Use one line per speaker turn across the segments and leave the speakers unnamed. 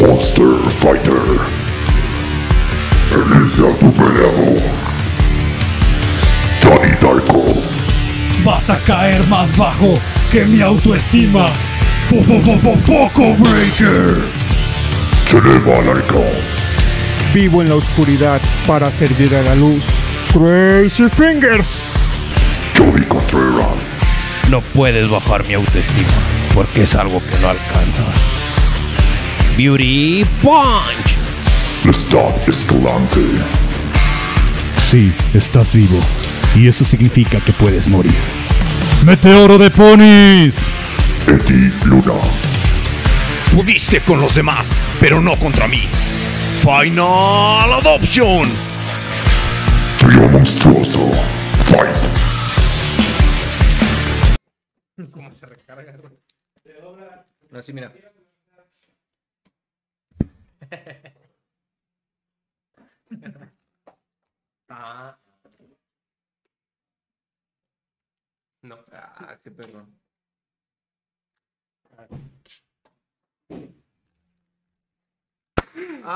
Monster Fighter. Elige a tu peleador. Johnny Darko.
Vas a caer más bajo que mi autoestima. Fo- fo- fo- fo- Foco Breaker.
Se eleva al arco.
Vivo en la oscuridad para servir a la luz. Crazy Fingers.
Johnny Contreras.
No puedes bajar mi autoestima porque es algo que no alcanzas. Beauty Punch.
Lestat Escalante.
Sí, estás vivo. Y eso significa que puedes morir.
Meteoro de ponis.
Eddie Luna.
Pudiste con los demás, pero no contra mí. Final Adoption.
Trío monstruoso. Fight.
Así, mira.
Ah. No.
Ah, qué perrón.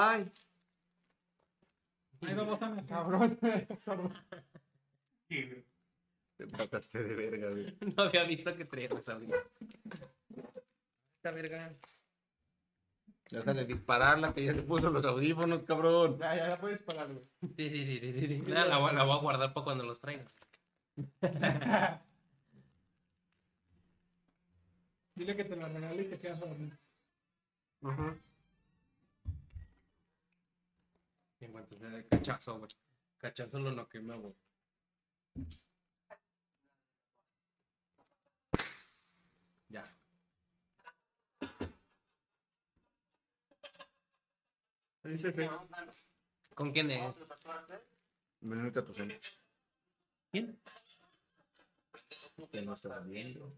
Ay, te pasaste de verga, güey.
No había visto que traías esa vida.
Esta verga. Deja de dispararla, que ya se puso los audífonos, cabrón.
Nah, la, voy- la voy a guardar para cuando los traiga.
Dile que te la regale y que seas horrible.
En cuanto se dé cachazo, güey. Cachazo lo no quema, güey. Ya. ¿Con quién es?
Bienvenido a tu cena.
¿Quién?
Que no estás viendo.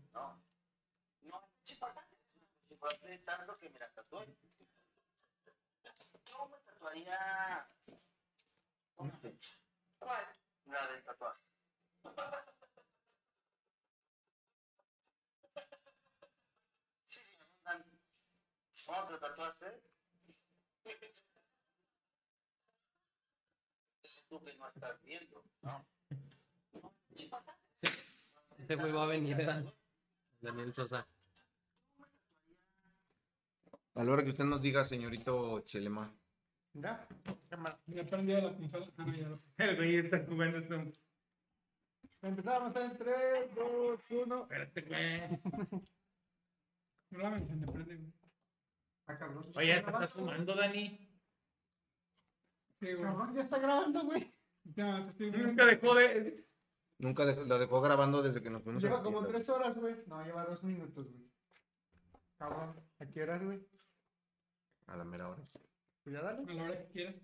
Este güey va a venir, ¿verdad? Daniel Sosa.
A la hora que usted nos diga, señorito Chelema.
Mira, cámara. Ya he prendido la consola. Ah, no, ya no.
El güey está jugando esto.
Empezamos en 3, 2, 1.
Espérate, güey.
No la mencioné, prende, güey. Ah, cabrón.
Oye, te estás fumando, Dani.
Sí, güey. ya está grabando, güey. Ya, te estoy
Nunca dejó de.
Nunca dejó- la dejó grabando desde que nos fuimos a
Lleva
la
como
tienda.
3 horas, güey. No, lleva 2 minutos, güey. Cabrón, ¿a qué horas, güey?
A la mera hora.
Pues ya dale. A la hora que Eh, quieras.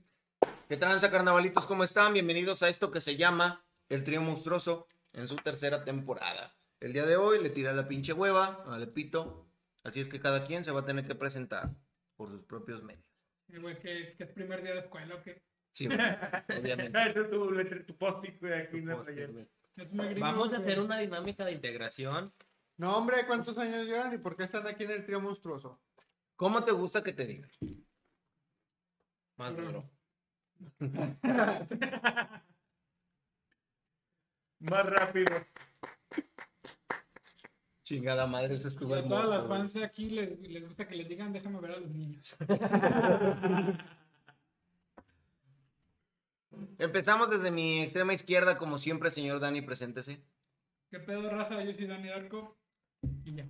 ¿Qué tranza, carnavalitos? ¿Cómo están? Bienvenidos a esto que se llama El Trío Monstruoso en su tercera temporada. El día de hoy le tira la pinche hueva a Lepito, así es que cada quien se va a tener que presentar por sus propios medios.
Sí, güey, que, que es primer día de escuela, ¿o qué?
Sí, güey,
Ah,
obviamente.
aquí
Tu póster, güey.
Es muy gringo,
Vamos a
güey.
hacer una dinámica de integración.
No, hombre, ¿cuántos años llevan y por qué están aquí en el trío monstruoso?
¿Cómo te gusta que te digan?
Más duro.
Más rápido.
Chingada madre, eso estuvo
Y a todas
hermoso,
las
güey.
fans de aquí les, les gusta que les digan, déjame ver a los niños.
Empezamos desde mi extrema izquierda, como siempre, señor Dani, preséntese.
¿Qué pedo, raza? Yo soy Dani Darko. Y ya.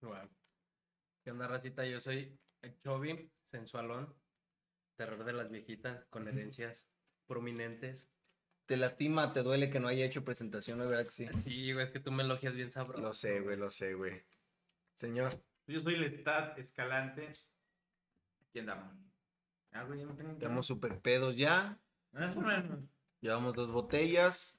Guau. ¿Qué onda, racita? Yo soy el Chovy, sensualón, terror de las viejitas, con herencias prominentes.
Te lastima, te duele que no haya hecho presentación, la verdad que sí.
Sí, güey, es que tú me elogias bien sabroso.
Lo sé, güey, lo sé, güey. Señor,
Yo soy Lestat Escalante. Aquí andamos. Ah, güey, ya no tengo.
estamos súper pedos ya.
Ah, bueno.
Llevamos dos botellas.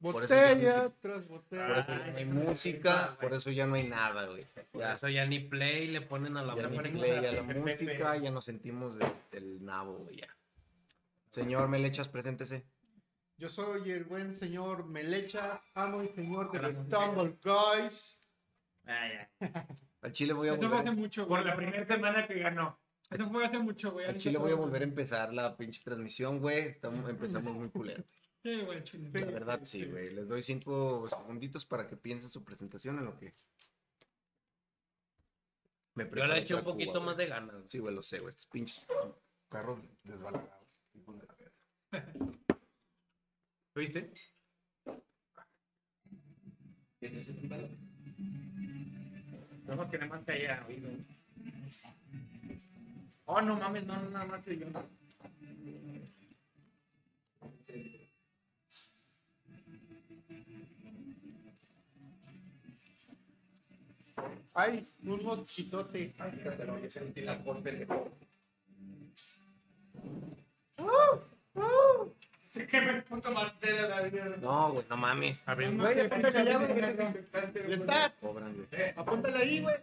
Por eso
Botella
también-
tras botella.
Por eso ya no hay música, por eso ya no hay nada, güey.
Por
Ya,
eso ya ni play le ponen a la
ya
hora.
ni
Ponen
play
la-
a la música, ya nos sentimos de- del nabo, güey, ya. Señor Melechas, preséntese.
Yo soy el buen señor Melecha, amo y señor de los Tumble Guys.
Ah, ya.
Al chile voy a
Eso fue hace
volver. em,
mucho,
Por
güey.
la primera semana que ganó.
Eso fue hace mucho, güey.
Al
ahorita
chile voy a
todo-
volver a empezar la pinche transmisión, güey. Estamos, empezamos muy culero.
Sí, güey, chile.
La verdad, sí, güey. Les doy cinco segunditos para que piensen su presentación en lo que. Me
Yo
preparo
le eché un
otra
poquito
cuba,
más
güey.
de ganas.
Sí, güey, lo sé, güey. Estos pinches perros desbalagados. hijos de la verga.
¿Lo viste? No, no, que nada más te haya oído. Oh, no mames, no, no, nada más soy yo.
Ay, un mosquitote.
Ay, Catalón, ya sentí la col, pendejo.
Se quema el puto mantel a la vida.
No, güey, no mames.
A ver,
Güey, apúntale allá, güey.
desinfectante,
Ya
güey.
está.
Cobran, güey.
Apúntale ahí, güey.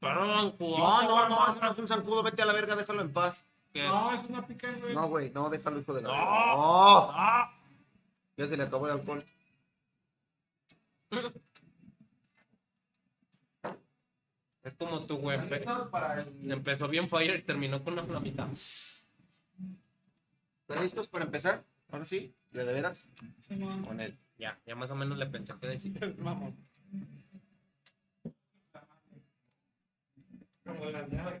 Perdón,
No, no, no, eso no es un zancudo. Vete a la verga, déjalo en paz.
No, es una pica, güey.
No, güey, no, déjalo, hijo de la
No.
verga. No. Ah. Ya se le acabó el alcohol.
Es como tú, güey. empe-
¿Listos para el-
Empezó bien fire y terminó con una flamita.
¿Están listos para empezar? Ahora sí, de de veras.
Simón.
Con él.
Ya, ya más o menos le pensé que decir.
pues, Vamos. Como de la nada.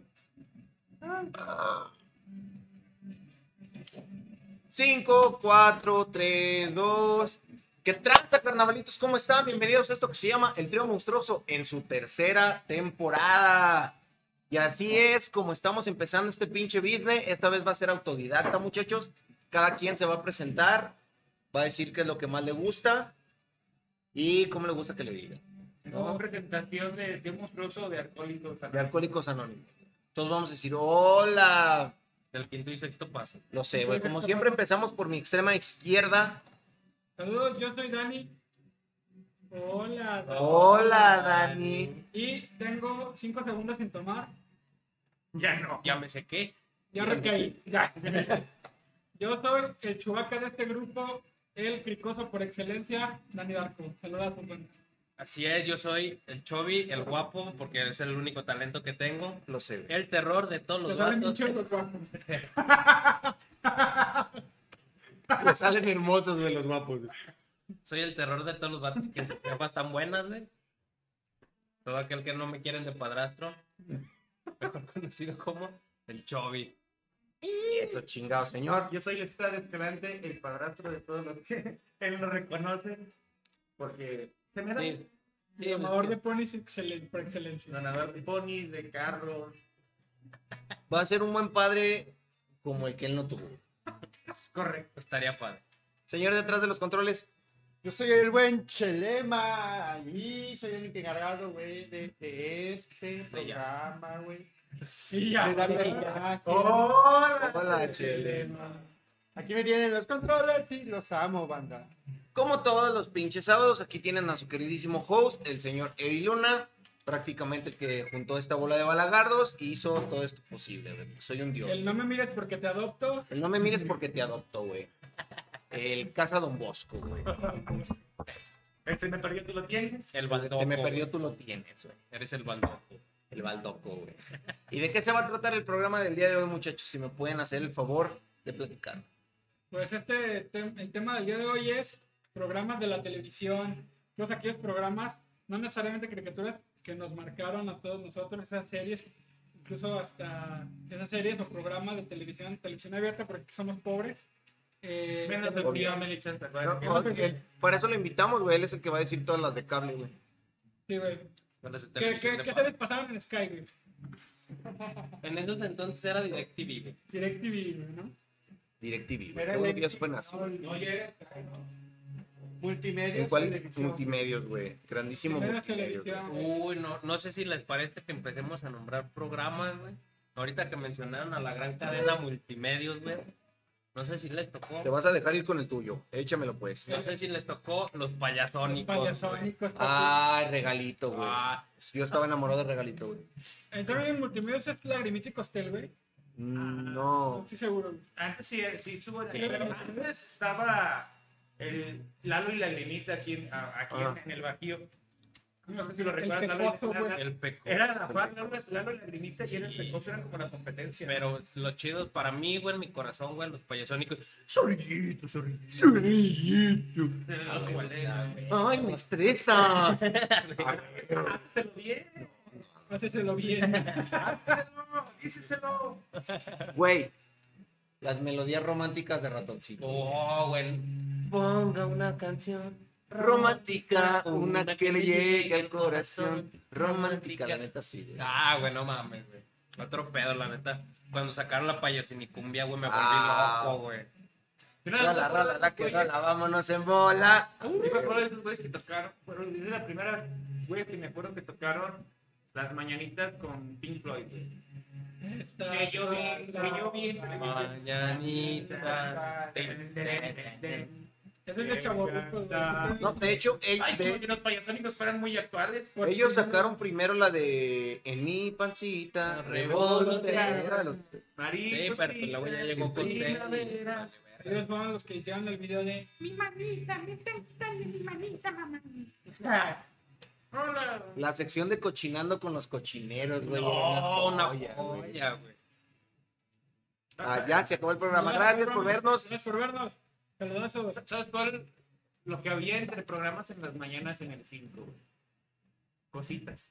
Cinco, cuatro, tres, dos. ¿Qué trata, carnavalitos? ¿Cómo están? Bienvenidos a esto que se llama El Trío Monstruoso en su tercera temporada. Y así es como estamos empezando este pinche business. Esta vez va a ser autodidacta, muchachos. Cada quien se va a presentar, va a decir qué es lo que más le gusta y cómo le gusta que le digan.
Es una presentación de, de un monstruoso de alcohólicos.
De Alcohólicos Anónimos. Entonces vamos a decir, hola,
Del quinto y sexto paso.
Lo sé, güey. Como siempre empezamos por mi extrema izquierda.
Saludos, yo soy Dani. Hola, Dani.
Hola, Dani.
Y tengo 5 segundos sin tomar.
Ya no.
Ya me sequé.
Ya recaí. Ya. Yo soy el chubaca de este grupo, el cricoso por excelencia, Dani Darko. Saludos, Juan.
Así es, yo soy el Chobi, el guapo, porque es el único talento que tengo.
Lo sé, güey.
El terror de todos los
Te salen
vatos.
muchos los guapos.
Me salen hermosos, güey, los guapos. güey.
Soy el terror de todos los vatos que sus jefas tan buenas, güey. Todo aquel que no me quieren de padrastro. Mejor conocido como el Chobi.
Y eso, chingado, señor.
Yo soy el Estad Escalante, el padrastro de todos los que él lo reconoce. Porque se me da
Sí. Sí,
Amador de
pues,
ponis excelen- por excelencia.
ganador de ponis, de carros.
Va a ser un buen padre como el que él no tuvo.
Es correcto.
pues, estaría padre.
Señor detrás de los controles.
Yo soy el buen Chelema. Allí soy el encargado, güey, de, de este programa, güey.
Y
De
ya.
darle mensaje.
Oh. ¡Hola!
Hola, Chelema.
Aquí me tienen los controles y los amo, banda.
Como todos los pinches sábados, aquí tienen a su queridísimo host, el señor Eddie Luna. Prácticamente el que juntó esta bola de balagardos y hizo todo esto posible, güey. Soy un dios.
El no me mires porque te adopto.
El no me mires porque te adopto, güey. El casa Don Bosco, güey.
Ese me perdió, tú lo tienes.
El
El de
baldoco.
Se me perdió,
güey.
tú lo tienes, güey.
Eres el baldoco.
El baldoco, güey. ¿Y de qué se va a tratar el programa del día de hoy, muchachos? Si me pueden hacer el favor de platicar.
Pues este, tem- el tema del día de hoy es programas de la televisión, todos aquellos programas, no necesariamente caricaturas, que nos marcaron a todos nosotros, esas series, incluso hasta esas series o programas de televisión, televisión abierta porque somos pobres. Eh,
Menos el
obvio.
tío Melichas, ¿te
No,
acuerdas? Que-
no, el- para eso lo invitamos, güey. Él es el que va a decir todas las de cable, güey.
Sí, güey.
Con las de
¿Qué,
televisión
qué,
de
qué
pago.
series pasaban en Sky, güey?
En esos entonces era DirecTV, güey.
DirecTV, güey, ¿no?
DirecTV, güey.
Era
Qué
el
buenos días
MTV,
fue así.
¿no? El-
Oye,
Multimedia.
¿En cuál?
televisión.
Multimedios, güey. Grandísimo
primera
multimedios. güey.
televisión, güey.
Uy, no, no sé si les parece que empecemos a nombrar programas, güey. Ahorita que mencionaron a la gran cadena multimedios, güey. No sé si les tocó.
Te vas a dejar ir con el tuyo. Échamelo, pues.
No sé si les tocó los
Los
payasónicos. güey.
payasónicos. papi.
Ay, regalito, güey.
Ah,
Yo estaba enamorado de regalito, güey.
Entonces en multimedia es Lagrimita y Costel, güey.
Mm,
No
No.
estoy seguro. güey.
Antes sí, eh, sí subo de
Sí, pero-
Antes Ah. estaba el Lalo y la Lenita aquí, en, a- aquí en, en el Bajío. No sé si lo
El
recuerdan. Lalo y
pecoso,
Lalo-
güey.
El peco.
Era la Juan, Lalo, Lalo Lagrimita y era el
Sí.
Pecoso, eran como la competencia. ¿no?
Pero lo chido para mí, güey, en mi corazón, güey, los payasónicos.
Zorrillito, zorrillito.
Ah, güey, güey.
Ay, me estresas.
Hácelo bien.
Háceselo bien.
Hácelo. Díselo.
Güey, las melodías románticas de ratoncito.
Oh, güey. Ponga una canción.
Romántica, una que le llegue al corazón. Romántica, la neta sí, güey.
Ah, güey, no mames, güey. Otro pedo, la neta. Cuando sacaron la payasinicumbia, güey, me volví
Ah.
loco, güey.
Rala, rala, la que rala, vámonos en bola.
Yo me acuerdo de esos güeyes que tocaron. Fueron de las primeras güeyes que me acuerdo que tocaron las mañanitas con Pink Floyd. güey.
Esta
Que yo vi, que yo vi en televisión.
Mañanita. Ten, ten, ten, ten.
Es el de Chaborruco, güey.
No, de hecho, ey-
Ay,
de-
como que los payasónicos fueran muy actuales.
Porque-
ellos sacaron primero la de En mi pancita, revolotea.
Marico,
Sí, pero la güey ya llegó con ten.
Ellos fueron los que hicieron el video de
Mi manita, me están quitando mi manita, mamá.
Hola.
La sección de cochinando con los cochineros, güey.
No,
era
Oh, una
joya, güey.
joya, güey.
Ah, ya se acabó el programa. Gracias por vernos.
Gracias por vernos. Saludazos.
¿Sabes cuál? Lo que había entre programas en las mañanas en el 5. Cositas.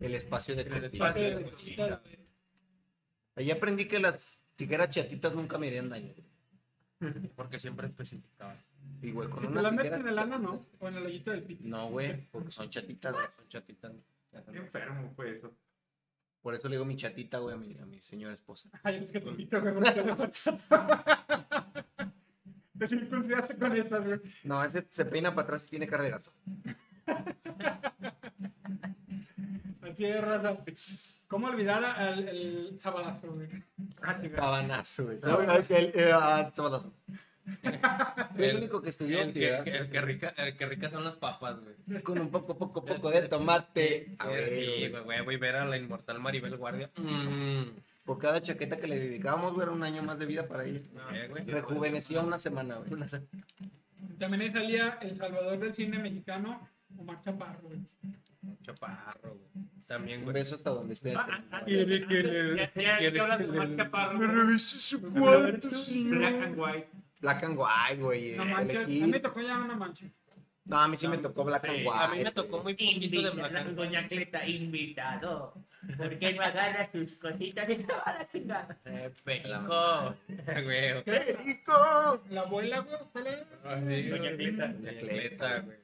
El espacio de
En el
cocina.
espacio de
Sí,
cositas. güey.
Allí aprendí que las tigueras chatitas nunca me harían daño.
Porque siempre especificaban.
Y güey, con
Si te
unas
la metes
tigueras
en el ano,
chatitas-
¿no? O en el hoyito del pito.
No, güey, porque son chatitas. güey, Son chatitas.
Qué enfermo fue eso.
Por eso le digo mi chatita, güey, a mi, a mi señora esposa.
Ay, es que tu pito, güey, porque lo chato. Te circuncidaste con esas, güey.
No, ese se peina para atrás y tiene cara de gato.
Así es, raza. ¿Cómo olvidar a- al el sabadazo, güey? Ah, qué gato.
Sabanazo, güey. El, eh, ah, sabanazo. Fue el único que estudió
El que,
tigueras,
el, que rica, el que rica son las papas, güey.
con un poco, poco, poco de tomate. A ver,
Sí,
güey.
güey, güey, voy a ver a la inmortal Maribel Guardia. Mm,
Por cada chaqueta que le dedicábamos, güey, era un año más de vida para ella.
eh, güey.
Rejuvenecía una semana, güey.
También ahí salía el salvador del cine mexicano, Omar Chaparro, güey.
Chaparro, güey. También,
Un
güey.
beso hasta donde estés.
Ya, ya, ya hablas de Omar Chaparro.
revisé su
Roberto Black and White.
Black and White, güey.
No mancha. A mí
elegí.
me tocó ya una mancha.
No, a mí sí me tocó Black and
Sí,
White.
A mí me
güey.
tocó muy poquito de Black
Invitado,
and
doña Cleta, invitado. ¿Por qué no agarra sus cositas? Estaba la chingada.
Eh, Perico. Güey.
La abuela, güey, ¿cuál era?
Doña Cleta.
Doña Cleta, güey.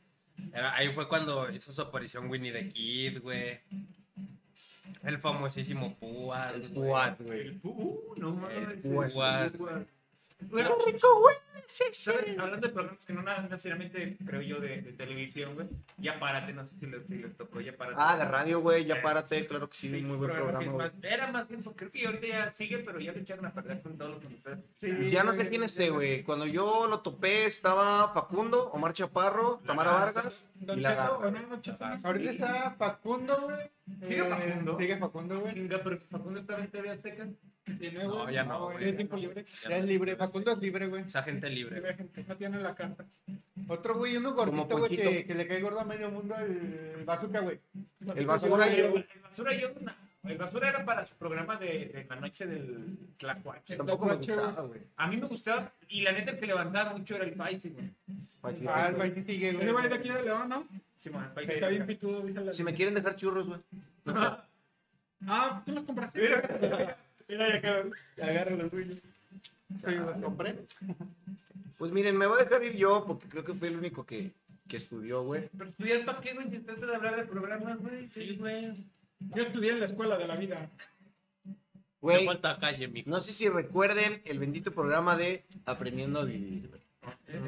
Era- ahí fue cuando hizo su aparición Winnie the Kid, güey. El famosísimo Púas, güey.
What, güey.
El pu- uh, no mames.
Púas.
Púas. Bueno, ¿sabes? Hablando de programas que no nada- necesariamente creo yo de, de televisión, güey. Ya párate, no sé si les, si les tocó, ya párate.
Ah, de radio, güey. Ya párate. Claro que sí,
Sí,
muy buen programa,
que es
güey.
más- Era más bien, porque creo que ahorita ya sigue, pero ya lo echaron a perder con todos los comentarios.
Ya no sé quién es ese, güey. Cuando yo lo topé estaba Facundo, Omar Chaparro, Tamara Vargas
Don
y la
Cheto,
garra.
o no, don Cheto, no.
Ahorita está Facundo, güey.
Sigue
Eh,
Facundo.
Sigue Facundo, güey.
Chinga, pero Facundo estaba en TV Azteca.
De nuevo,
No, ya no, güey.
Es tiempo libre.
Ya
Ya es
no.
libre. Facundo es libre, güey.
Esa gente libre, güey.
Libre, gente, no tiene la carta.
Otro güey, uno
Como
gordito, güey, que,
Ponchito.
que le cae gordo a medio mundo, el bazooka, güey.
El basura y yo.
El basura yo una- El basura era para su programa de, de la noche del Tlacuache.
Tampoco me
Tacuache, güey.
gustaba, güey.
A mí me gustaba, y la neta el que levantaba mucho era el Faisy, güey.
Paisito.
Ah, el güey sí sigue,
Ese güey de aquí
güey.
de León, ¿no?
Sí, man, el Faisy
Está bien
era-
pitudo, viste la-
Si me quieren dejar churros, güey.
Ah, ¿tú los compraste?
Mira, ya acá, agarra los güey. Sí, los compré.
Pues miren, me voy a dejar ir yo porque creo que fui el único que, que estudió, güey.
Pero estudias para qué, güey, si tratas de hablar de programas, güey. Sí, güey.
Yo estudié en la escuela de la vida.
Me
Güey,
falta calle, mijo.
no sé si recuerden el bendito programa de Aprendiendo a Vivir, güey.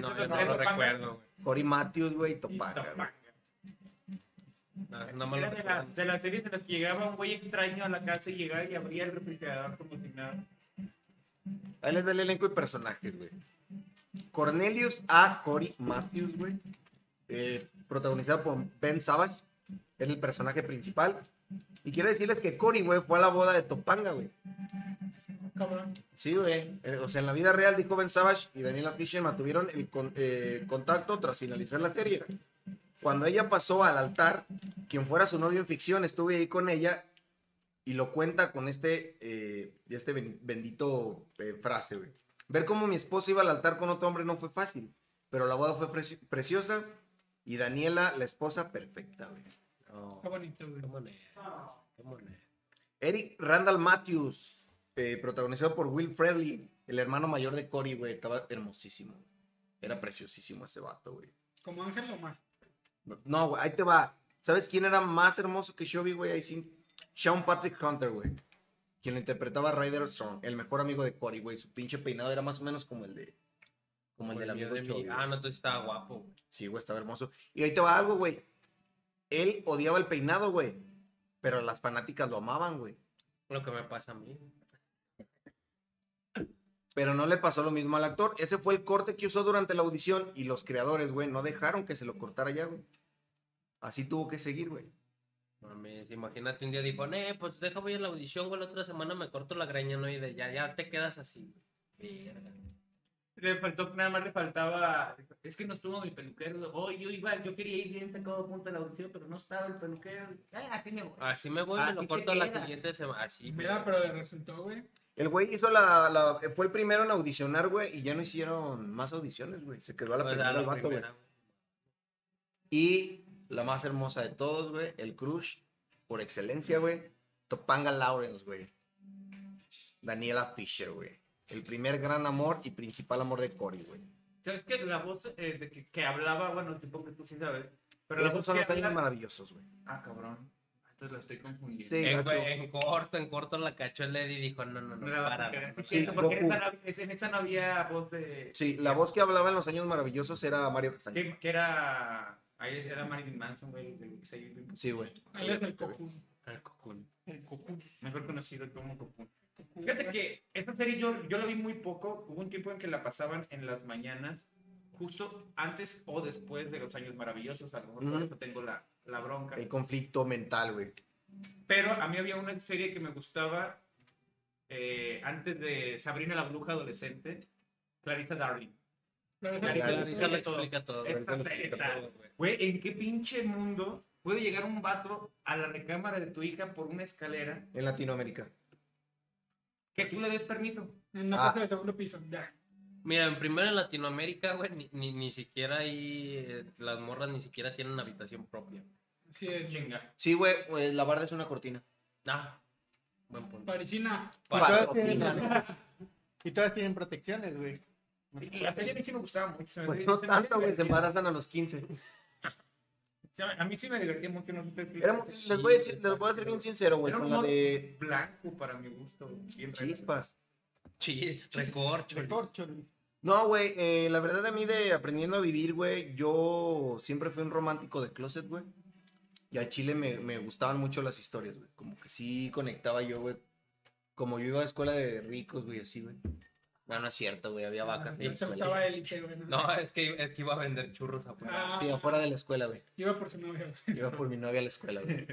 No, yo no lo recuerdo, güey.
Cory Matthews, güey, Topaca, güey.
Era
No, no me lo
de, la,
recuerdo.
de las series en las que llegaba un güey extraño a la casa y llegaba y abría el refrigerador como si nada.
Ahí les ve el elenco y personajes, güey. Cornelius A. Cory Matthews, güey. Eh, protagonizado por Ben Savage. Es el personaje principal. Y quiero decirles que Cory, güey, fue a la boda de Topanga, güey.
Cabrón.
Sí, güey. Eh, O sea, en la vida real, dijo Ben Savage y Daniela Fisher mantuvieron el con- eh, contacto tras finalizar la serie. Cuando ella pasó al altar, quien fuera su novio en ficción, estuve ahí con ella y lo cuenta con este, eh, este ben- bendito eh, frase, güey. Ver cómo mi esposa iba al altar con otro hombre no fue fácil, pero la boda fue preci- preciosa y Daniela, la esposa perfecta, güey.
Qué bonito, güey.
Eric Randall Matthews, eh, protagonizado por Will Fredley, el hermano mayor de Cory, güey, estaba hermosísimo. Era preciosísimo ese vato, güey.
Como Ángel o más.
No, güey, ahí te va. ¿Sabes quién era más hermoso que Shelby, güey? Ahí sí. Sean Patrick Hunter, güey. Quien lo interpretaba a Ryder Strong, el mejor amigo de Cory, güey. Su pinche peinado era más o menos como el de. Como el del
mío
amigo de
de mí.
Shelby.
Ah, no, entonces estaba guapo. güey.
Sí, güey, estaba hermoso. Y ahí te va algo, güey. Él odiaba el peinado, güey. Pero las fanáticas lo amaban, güey.
Lo que me pasa a mí.
Pero no le pasó lo mismo al actor. Ese fue el corte que usó durante la audición y los creadores, güey, no dejaron que se lo cortara ya, güey. Así tuvo que seguir, güey.
Mames, imagínate un día dijo, eh, pues deja voy a la audición, güey, la otra semana me corto la graña, ¿no? Y de ya, ya te quedas así. Verga.
Le faltó, nada más le faltaba. Es que no estuvo mi peluquero. Oh, yo igual, yo quería ir bien sacado de punta de la audición, pero no estaba el peluquero. Ah, así me voy.
Así me voy, me
Así
lo
te
corto la
quedas.
siguiente semana. Así.
Mira, pero le resultó, güey.
El güey hizo la, la- Fue el primero en audicionar, güey, y ya no hicieron más audiciones, güey. Se quedó a la
Pues, a
primera
la
el vato, güey.
primera,
Y la más hermosa de todos, güey, el crush, por excelencia, güey, Topanga Lawrence, güey. Daniela Fisher, güey. El primer gran amor y principal amor de Cory, güey.
¿Sabes que La voz eh, de que, que hablaba, bueno, tipo que tú sí sabes. Pero
Pero
la
esos
voz
son
que
los años
habla-
maravillosos, güey.
Ah, cabrón. Entonces lo estoy confundiendo.
Sí,
en,
gacho.
en corto, en corto la cachó el Eddie y dijo, no, no, no,
No la vas a
para.
sacar.
no,
Sí,
Sí,
porque
Goku.
esa no- es- en esa no había voz de.
Sí, la voz que hablaba en los años maravillosos era Mario Castañeda.
Que, que era. Ahí era Marilyn Manson, güey. de- que se-
Sí, güey.
Él es el cocu.
El Cocoon.
El cocu.
Mejor conocido como Cocoon. Fíjate que esta serie yo, yo la vi muy poco. Hubo un tiempo en que la pasaban en las mañanas, justo antes o después de los años maravillosos. A lo mejor por
Ujú.
eso tengo la, la bronca.
El conflicto mental, güey.
Pero a mí había una serie que me gustaba eh, antes de Sabrina la Bruja Adolescente, Clarissa Darling.
Pero
Claro,
Clarisa lo
claro, sí,
explica todo.
Esta
Clarisa lo
serie
explica
está-
todo, güey.
Güey, ¿en qué pinche mundo puede llegar un vato a la recámara de tu hija por una escalera
En Latinoamérica.
que tú le des permiso?
En una
Ah.
casa de segundo piso. Ya.
Mira, en primero en Latinoamérica, güey, ni, ni, ni siquiera ahí eh, las morras ni siquiera tienen habitación propia.
Así es.
Chinga.
Sí, güey, pues, la barda es una cortina.
Ah, buen punto.
Parisina.
Y todas,
Patrocinan.
tienen, y todas tienen protecciones, güey.
La serie a mí sí me gustaba mucho. se me-
Pues no
se me hacía
tanto, güey, se
divertida.
embarazan a los 15.
Se me- A mí sí me divertía mucho. No sé ustedes qué-
Era mu- les, voy a decir- les voy a ser bien sincero, güey,
Era
con
un
la
humor
de
blanco para mi gusto. Bien
Chispas.
Sí, recorcho.
De corcho, güey.
No, güey, eh, la verdad a mí de aprendiendo a vivir, güey, yo siempre fui un romántico de closet, güey. Y al chile me, me gustaban mucho las historias, güey. Como que sí conectaba yo, güey. Como yo iba a escuela de ricos, güey, así, güey. No, no es cierto, güey,
Ah,
había vacas. en
Ah, Yo
la
se
escuela.
gustaba élite, güey.
No, es que, es que iba a vender churros afuera.
Ah,
Sí, afuera de la escuela, güey.
Iba por su novia. güey.
Iba por mi novia a la escuela, güey.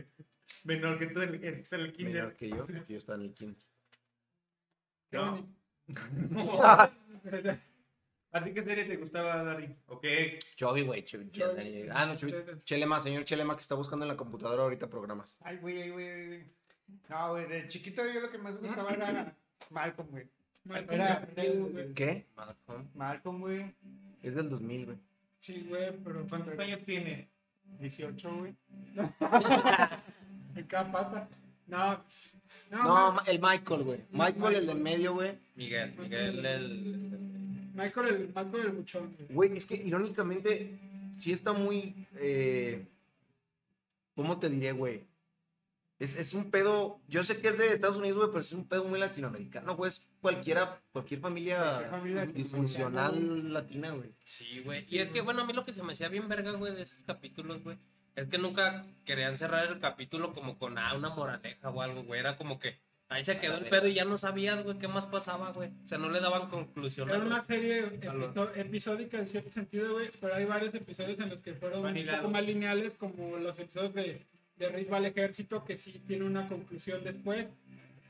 Menor que tú, el, el, el kinder.
Menor que yo, porque yo estaba en el kinder.
No. ¿A ti qué serie te gustaba, Dari? ¿O qué?
Chovy, güey. Chovy,
Chovy.
Chovy. Ah, no, Chovy. Chelema, señor Chelema, que está buscando en la computadora ahorita programas.
Ay, güey, ay, güey, ay, güey. No, güey, de chiquito yo lo que más gustaba era Malcolm, güey.
Malcolm
Era
Gladwell, güey.
¿Qué?
Malcolm.
Malcolm, güey.
Es del 2000, güey.
Sí, güey, pero
¿Cuántos años tiene?
18, güey.
en cada pata. No. No,
No,
Ma-
ma- el Michael, güey. Michael, el del medio, güey.
Miguel, Miguel, el... este,
Michael el, Michael el buchón. güey.
Güey, es que irónicamente, sí está muy. eh, ¿Cómo te diré, güey? Es, es un pedo. Yo sé que es de Estados Unidos, güey, pero es un pedo muy latinoamericano, güey. Es cualquiera, cualquier
Cualquier
familia
familia
disfuncional latina, güey.
Sí, güey. Y es que, bueno, a mí lo que se me hacía bien verga, güey, de esos capítulos, güey, es que nunca querían cerrar el capítulo como con ah, una moraleja o algo, güey. Era como que ahí se quedó el pedo y ya no sabías, güey, qué más pasaba, güey. O sea, no le daban conclusión. a
Era una
los-
serie episo- episódica en cierto sentido, güey, pero hay varios episodios en los que fueron un
Manilados.
poco más lineales, como los episodios de, de Rival Ejército, que sí tiene una conclusión después,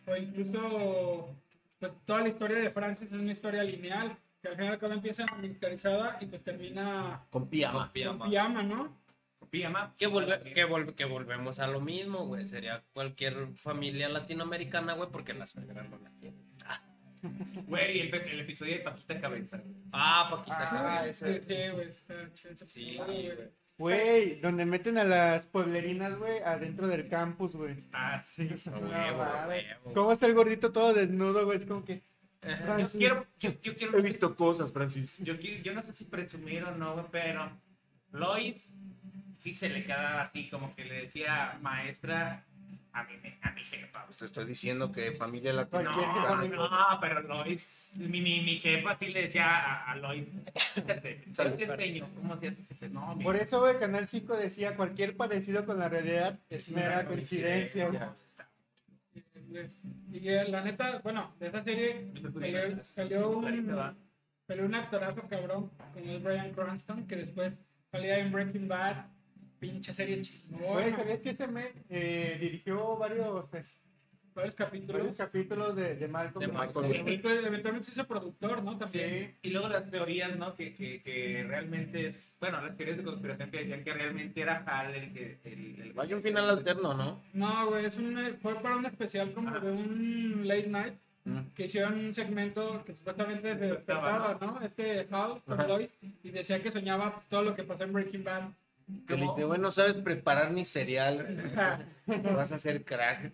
o incluso pues toda la historia de Francis es una historia lineal, que al final cuando empieza militarizada y pues termina
Con pijama.
Con pijama.
con pijama, ¿no?
Pijama.
Que, volve- que, vol- que volvemos a lo mismo, güey. Sería cualquier familia latinoamericana, güey, porque la suegra no la quiere.
Güey, y el, pe- el episodio de Paquita Cabeza.
Ah, Paquita
Ah,
Cabeza.
sí, sí, güey. está- está-
Sí,
güey.
Güey, donde meten a las pueblerinas, güey, adentro del campus, güey.
Ah, sí. Ah,
No,
huevo,
mames.
huevo.
¿Cómo está el gordito todo desnudo, güey? Es como que.
Yo
Francis.
quiero, yo, yo quiero,
He visto cosas, Francis.
yo quiero- yo no sé si presumir o no, güey, pero Lois sí se le quedaba así, como que le decía maestra a mi, me- a mi jefa.
Pues te estoy diciendo que familia
No,
latinoamericana.
no, pero Lois, mi, mi, mi jefa sí le decía a, a Lois, "Fíjate, yo
Salud.
te enseño cómo se hace ese pe-". No, mi-
Por eso, güey, Canal 5 decía: cualquier parecido con la realidad es mera coincidencia, güey.
Y eh, la neta, bueno, de esa serie salió, salió un, salió un actorazo cabrón, como es Brian Cranston, que después salía en Breaking Bad, pinche serie
Güey,
chingona,
¿sabías que ese men eh, dirigió varios, pues,
varios capítulos.
varios capítulos de, de Malcolm?
De Malcolm.
Él, pues, eventualmente se hizo productor, ¿no? También.
Sí.
Y luego las teorías, ¿no? Que, que, que realmente es. Bueno, las teorías de conspiración que decían que realmente era Hal el que. El, el-
Hay un final alterno, ¿no?
No, güey, es un, fue para un especial como
Ah.
de un late night
Mm.
que hicieron un segmento que supuestamente se
Despertaba,
despertaba, ¿no? Este Hal
Ajá.
con Lois y decía que soñaba pues, todo lo que pasó en Breaking Bad.
Que le dice, bueno, no sabes preparar ni cereal. vas a ser crack.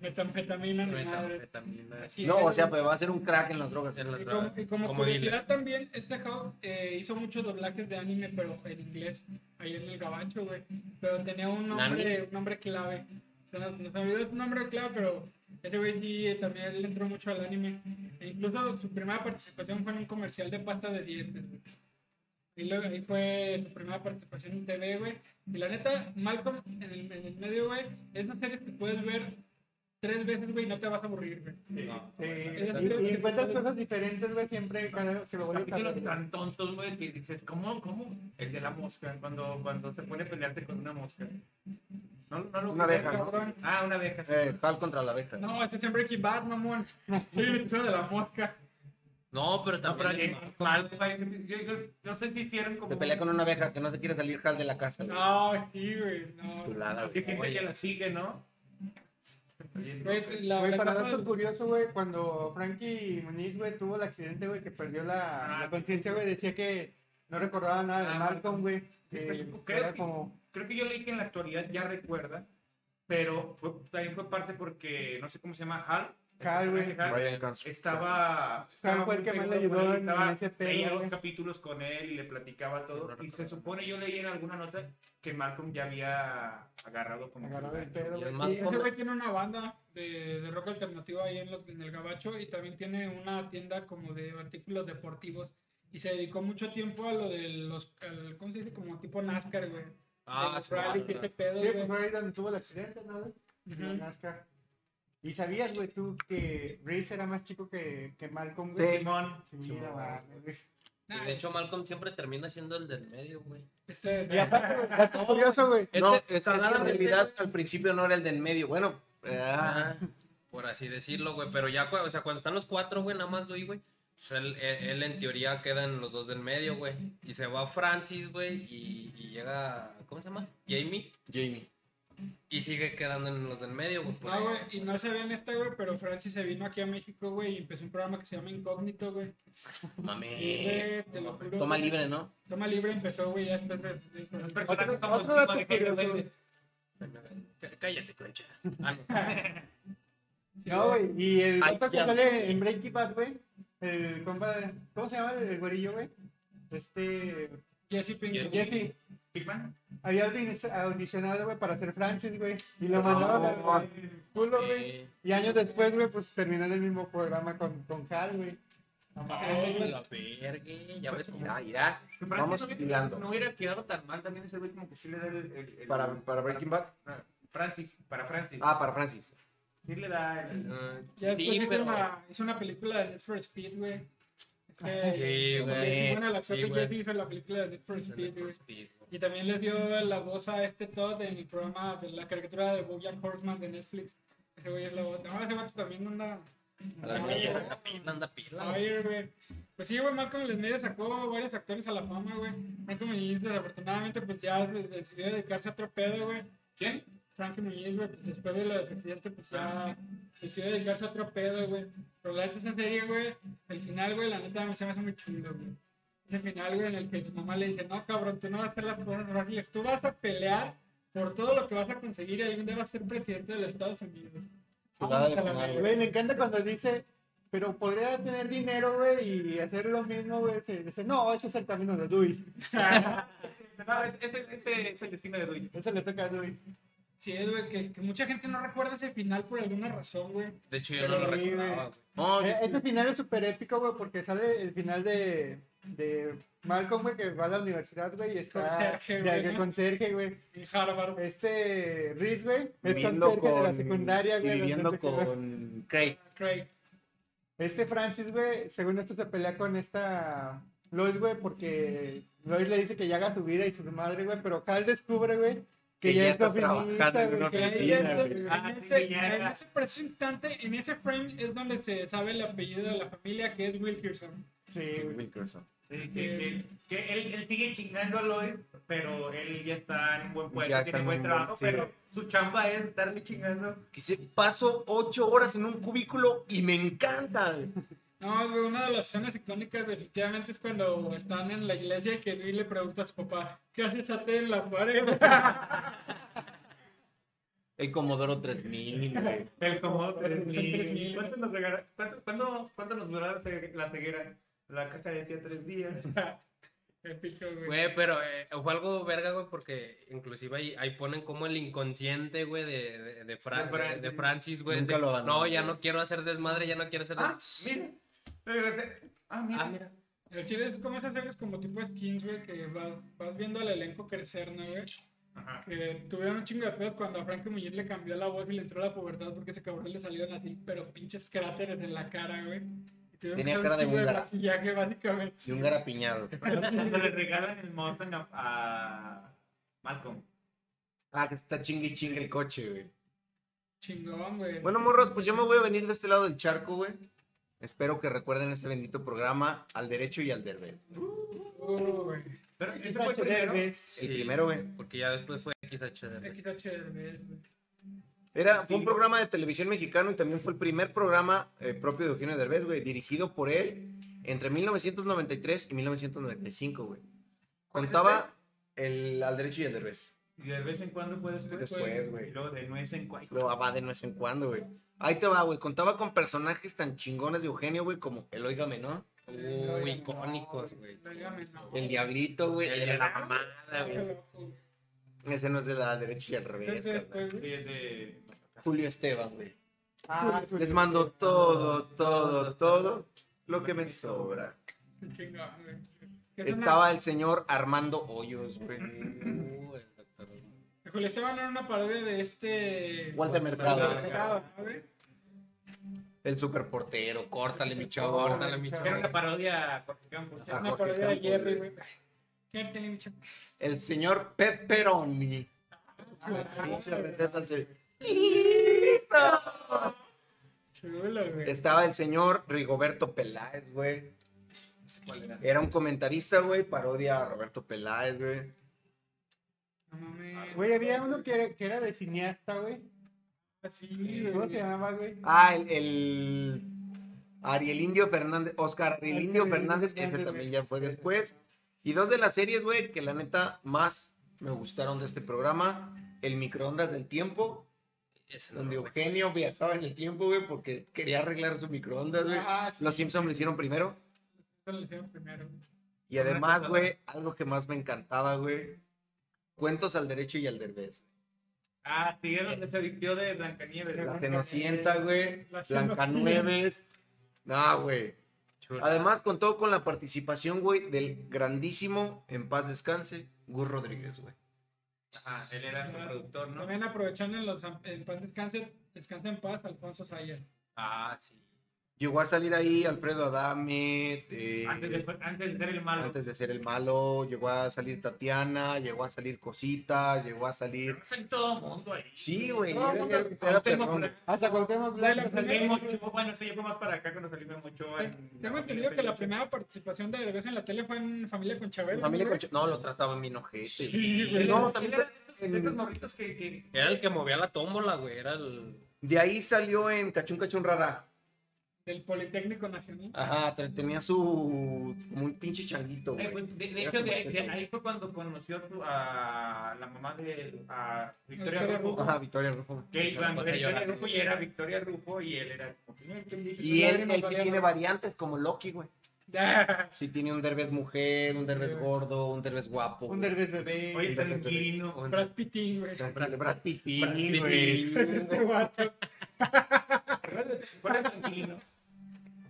Metanfetamina, ni madre.
Metanfetamina.
Así
no,
es,
o sea,
güey.
pues va a ser un crack en las drogas.
En las
Y como,
drogas.
y como
Como
curiosidad
dealer.
también, este Hawk eh, hizo muchos doblajes de anime, pero en inglés, ahí en el gabacho, güey. Pero tenía un nombre, un nombre clave. Se nos, nos olvidó su nombre clave, pero ese güey sí eh, también le entró mucho al anime. E incluso su primera participación fue en un comercial de pasta de dientes, güey. Y luego ahí fue su primera participación en TV, güey. Y la neta, Malcolm en el, en el medio, güey, esas series que puedes ver tres veces, güey, y no te vas a aburrir, güey.
Sí, y, y encuentras cosas diferentes, güey, siempre cada que lo vuelves a
capítulos
ver.
tan tontos, güey, que dices, ¿cómo? ¿Cómo? El de la mosca, cuando, cuando se pone a pelearse con una mosca. No, no lo
Una abeja, ¿no?
Cabrón.
Ah, una abeja. sí.
Eh, Hal contra la abeja.
No, este es en Breaking Bad, mamón. Soy el episodio de la mosca.
No, pero
No, pero
también.
eh, mal, güey, yo- yo no sé si hicieron como.
Se pelea con una abeja que no se quiere salir Hal de la casa. güey.
No, sí, güey. No.
Chulada,
Que
güey.
siempre
Oye.
que la sigue, ¿no?
Güey, la,
Güey,
la
para
etapa
dato
del-
curioso, güey, cuando Frankie Muniz, güey, tuvo el accidente, güey, que perdió la,
Ah,
la
sí.
conciencia, güey, decía que no recordaba nada de
Ah,
Malcolm, güey.
Sí,
que
se supo- creo
era
que-
como...
creo que yo leí que en la actualidad ya recuerda, pero fue- también fue parte porque, no sé cómo se llama, Hal. el
Hal, güey.
personaje Hal,
Brian Cranston.
Estaba. estaba
fue el
muy
que más le
pegado con
ayudó
él,
en
estaba-
ese pedo,
Leía
güey.
los capítulos con él y le platicaba todo. Y se supone, yo leí en alguna nota que Malcolm ya había agarrado como. que
Agarrado el
gancho.
pedo,
Y el
güey.
Mal-
Sí, eh, ese güey tiene una banda de, de rock alternativo ahí en, los, en el Gabacho y también tiene una tienda como de artículos deportivos y se dedicó mucho tiempo a lo de los, al- ¿cómo se dice? Como tipo NASCAR, güey.
Ah,
De los
sí,
rallies y
claro.
ese pedo,
Sí,
güey.
pues fue ahí donde tuvo el accidente, ¿no, güey? En la
Ujú.
NASCAR. Y sabías, güey, tú que Reese era más chico que, que Malcolm,
Sí.
güey.
Simón.
Sí, no mames, güey.
Y de hecho, Malcolm siempre termina siendo el del medio, güey.
Este es-
Y aparte, güey, dato curioso, güey.
No, es,
Este,
es que en
claramente-
realidad al principio no era el de en medio. Bueno, ah,
Ajá, por así decirlo, güey. Pero ya, cu- o sea, cuando están los cuatro, güey, nada más doy, güey. pues él, él- él en teoría queda en los dos del medio, güey. Y se va Francis, güey, y, y llega, ¿cómo se llama? Jamie.
Jamie.
Y sigue quedando en los del medio, güey. por
No,
ahí.
güey, y no se ve en esta, güey, pero Francis se vino aquí a México, güey, y empezó un programa que se llama Incógnito, güey. Y,
Mame.
güey, te lo juro.
Toma
güey,
libre, ¿no?
Toma libre empezó, güey, ya después de- de-
Un
de-
personaje
Otro-
como
otro
encima
dato
de Henry
curioso,
Cavill.
C- Cállate, concha. Ah, no.
No, güey. Y el
Ay,
vato que
ya.
sale en Breaking Bad, güey. El compa. ¿Cómo se llama el, el güerillo, güey? Este.
Jesse Pinkman.
Jeffy.
Pickman.
Había audi- audicionado, güey, para ser Francis, güey. Y
Ah,
lo mandaron al culo, güey.
Eh,
Y años después, güey, pues terminó en el mismo programa con, con Hal, güey. No mames,
ay,
güey.
la verga, Ya ves
Pues
cómo.
Mira, mira.
Que Francis
Vamos
no hubiera-
hilando.
No hubiera quedado tan mal también ese güey, como que sí le da el. el- el-
Para, para Breaking Bad.
Ah, Francis, para Francis.
Ah, para Francis.
Sí le da el.
Ah,
Ya después
Sí,
hizo,
pero.
una, hizo una película de Need for Speed, güey. Ese-
Sí, güey.
Sí, bueno, la
Sí,
suerte que
güey.
sí hizo la película de Need for
pues,
Speed, güey.
Speed, güey.
Y también les dio la voz a este Todd en el programa de la caricatura de Bojack Horseman de Netflix. Ese güey es la voz. No, ese vato también anda
A la
Oye,
verga.
anda pila, anda pila.
Oye, güey. Pues sí, güey, Malcolm en los medios sacó varios actores a la fama, güey. Malcolm Muñiz, desafortunadamente, pues ya de- decidió dedicarse a otro pedo, güey. ¿Quién? Frankie Muñiz, güey, pues después de lo de su accidente, pues ya decidió dedicarse a otro pedo, güey. Pero la neta, esa serie, güey, el final, güey, la neta, a mí se me hace muy chulo, güey. Ese final, güey, en el que su mamá le dice, no, cabrón, tú no vas a hacer las cosas fáciles, tú vas a pelear por todo lo que vas a conseguir y algún día vas a ser presidente de los Estados Unidos.
Chulada de
Vamos a la
final,
verga.
Güey, me encanta cuando dice, pero podría tener dinero, güey, y hacer lo mismo, güey. Se- Dice, no, ese es el camino de Dewey.
No, es- ese, ese es el destino de Dewey.
Ese le toca a Dewey.
Sí, es, güey, que, que mucha gente no recuerda ese final por alguna razón, güey.
De hecho, yo
Pero
no lo
sí, güey.
recordaba. güey.
E- ese final es súper épico, güey, porque sale el final de, de Malcolm, güey, que va a la universidad, güey, y está
Conserje,
de-
güey,
de
¿no?
conserje, güey.
En Harvard.
Este Riz, güey, es
Viviendo
conserje de la
con.
secundaria,
y
güey.
viviendo
entonces, güey,
con Craig.
Craig.
Este Francis, güey, según esto se pelea con esta Lois, güey, porque Lois le dice que ya haga su vida y su madre, güey, pero Hal descubre, güey, que, ya, está
trabajando en
feminista,
una
Que
güey.
ahí
Sí,
es
güey.
donde- en
Ah,
ese-
sí, mierda.
en ese preciso instante, en ese frame es donde se sabe el apellido de la familia, que es Wilkerson.
Sí, güey.
Wilkerson.
Sí, que, que- que él, él sigue chingando a Lois, pero él ya está en buen puesto,
Ya está
tiene
en
buen
un
trabajo,
buen- sí.
pero su chamba es estarle chingando.
Que se pasó ocho horas en un cubículo y me encanta.
No, güey, una de las escenas icónicas definitivamente es cuando están en la iglesia y que Luis le pregunta a su papá, ¿qué haces a en la pared?
El Comodoro 3000, güey.
El como
tres mil.
3000. ¿Cuánto nos, regala- cuánto, cuándo- cuánto nos duró la ce- la ceguera? La caja decía tres días.
Épico, güey.
Güey, pero eh, fue algo verga, güey, porque inclusive ahí, ahí ponen como el inconsciente, güey, de, de, de Fran-
De Francis.
de Francis, güey.
Nunca
de,
lo abandonó,
no, ya
güey.
no quiero hacer desmadre, ya no quiero hacer
Ah,
desmadre.
mira. Regresé. Ah, mira.
Ah, mira.
El chile es como esas series como tipo skins, güey, que vas, vas viendo al elenco crecer, ¿no, güey?
Ajá.
Que tuvieron un chingo de pedos cuando a Frankie Muñiz le cambió la voz y le entró la pubertad porque ese cabrón le salieron así, pero pinches cráteres en la cara, güey. Y tuvieron
Tenía
que usar
cara de
chingo
búlgara.
maquillaje, básicamente.
Y un garapiñado.
Cuando le regalan el Mustang a, a Malcolm.
Ah, que está chingue y chingue el coche, güey.
Chingón, güey.
Bueno, morros, pues yo me voy a venir de este lado del charco, güey. Espero que recuerden este bendito programa al derecho y al derbez.
Uh, güey.
Pero ese fue el
Nacho
primero.
Derbez.
El primero, güey.
Porque ya después fue XHD.
XH, güey.
Era, fue un programa de televisión mexicano y también fue el primer programa eh, propio de Eugenio Derbez, güey, dirigido por él entre 1993 y 1995, güey. Contaba el al derecho y el derbez.
Y de vez en cuando puedes
Después,
Y
güey.
luego de nuez en cuando.
Lo va de vez en cuando, güey. Ahí te va, güey. Contaba con personajes tan chingones de Eugenio, güey, como el Oígame, ¿no?
Uh, icónicos, güey.
Válgame, no.
El Diablito, güey.
El
el
de la
Ra-
mamada, güey.
Ese no es de la derecha y al revés,
Entonces,
carnal.
pues, güey,
De, de-
Julio Esteban, güey.
Ah, güey.
Les mando todo, todo, todo lo que me sobra.
chingón, güey. Que es una-
Estaba el señor Armando Hoyos, güey.
Uh, el doctor.
Julio Esteban era una parodia de este...
Walter Mercado, Ah, güey.
Mercado, ¿no, güey?
el superportero. Córtale, mi chavo.
Córtale, mi
Era una
chavo.
parodia a Jorge Campos.
Ah,
Una
Jorge
parodia de
Campos,
Jerry,
güey.
güey. Quédate, mi chavo.
El señor Pepperoni. Pinches recetas de- ¡Listo!
Chulo, güey.
Estaba el señor Rigoberto Peláez, güey.
¿Cuál era?
Era un comentarista, güey. Parodia a Roberto Peláez, güey.
No mames.
Güey, había uno que era, que era de cineasta, güey.
Así,
¿Cómo se
güey.
llamaba, güey?
Ah, el, el Ariel Indio Fernández, Oscar Ariel
Oscar
Indio
Ariel Fernández,
Fernández, ese
güey.
también ya fue después. Y dos de las series, güey, que la neta más me gustaron de este programa, El microondas del tiempo,
Ese no
donde
lo
Eugenio viajaba en el tiempo, güey, porque quería arreglar su microondas, güey.
Ah, sí.
Los Simpsons lo hicieron primero.
Eso lo hicieron primero.
Y además, güey, algo que más me encantaba, güey, Cuentos al derecho y al derbez.
Ah, sí, era donde se vistió de Blancanieves.
La
¿no? eh,
Cenocienta, güey,
La Cenocienta.
Blancanueves. No, güey.
Chulo.
Además, contó con la participación, güey, del grandísimo, en paz descanse, Gus Rodríguez, güey.
Ajá, él era el productor, ¿no?
También aprovechando en los en paz descanse, descansa en paz, Alfonso Sayas.
Ah, sí.
Llegó a salir ahí Alfredo Adame. eh,
Antes de, antes de ser el malo.
antes de ser el malo, llegó a salir Tatiana, llegó a salir Cosita, llegó a salir.
Salió todo el mundo ahí.
Sí, güey.
Todo el
era-
mundo.
era- era
Cuauhtémoc
perrón.
Blanco.
Hasta Cuauhtémoc
La- la
Blanco
primera-
salió.
Memo Ochoa, Bueno, eso ya fue más para acá cuando salimos mucho.
Tengo entendido que la primera participación de Derbez en la tele fue en Familia con Chabelo.
Familia
¿no,
con
güey?
Ch- No, lo trataba bien ojete.
Sí, güey.
no, también.
Era
fue
de esos
en-
morritos que, que
Era el que movía la tómbola, güey. Era el.
De ahí salió en Cachun Cachun Rara.
Del Politécnico Nacional.
Ajá, te- tenía su. como un pinche changuito,
Eh,
güey.
pues, de, de
Era
hecho,
como
de,
que
de
todo.
ahí fue cuando conoció a su- a la mamá de a
Victoria
Victoria
Rufo.
Rufo.
Ajá, Victoria Rufo.
Que
Se la
cuando
pasa
era Victoria
llorando.
Rufo y era Victoria Rufo y él era como que, "Ay, pendejo".
Y él,
Lágrimas
él sí tiene
valiendo.
variantes, como Loki, güey.
Ah,
Sí tiene un derbez mujer, un derbez
Sí.
gordo, un derbez guapo.
Un derbez bebé.
Oye, tranquilo.
Brad Pitt, güey.
Brad Brad
Brad
Pitt,
Pitt.
güey.
Este guato.
¿Cuál era tranquilino?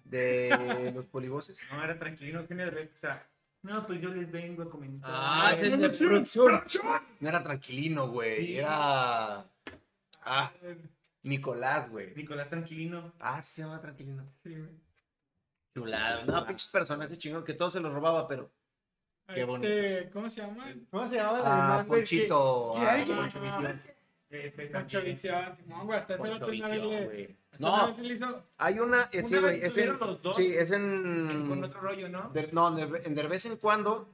De los poliboses.
No, era tranquilino. ¿Quién era? O sea, no, pues yo les vengo a comentar.
Ah, ese es de producción.
No era tranquilino, güey. Era. Ah, Nicolás, güey.
Nicolás Tranquilino.
Ah, sí se llama tranquilino.
Sí, güey.
Chulada. No, pinches personajes chingón que todo se los robaba, pero. Qué
Este,
bonito.
¿Cómo se llama?
¿Cómo se llamaba el
Ah,
alemán, güey?
Ponchito.
que-
Ah,
que-
Poncho Visión.
Este,
Pancho
también.
Visión. Simón, güey. Hasta ese
Poncho
vato una vez
Visión,
le-
güey.
hasta Ah, una
No,
vez le hizo-
hay una. eh, sí,
Una
güey.
vez
Es en.
tuvieron los dos,
Sí, es
el- con
en.
otro rollo, ¿no?
de- no, de, en de vez en cuando.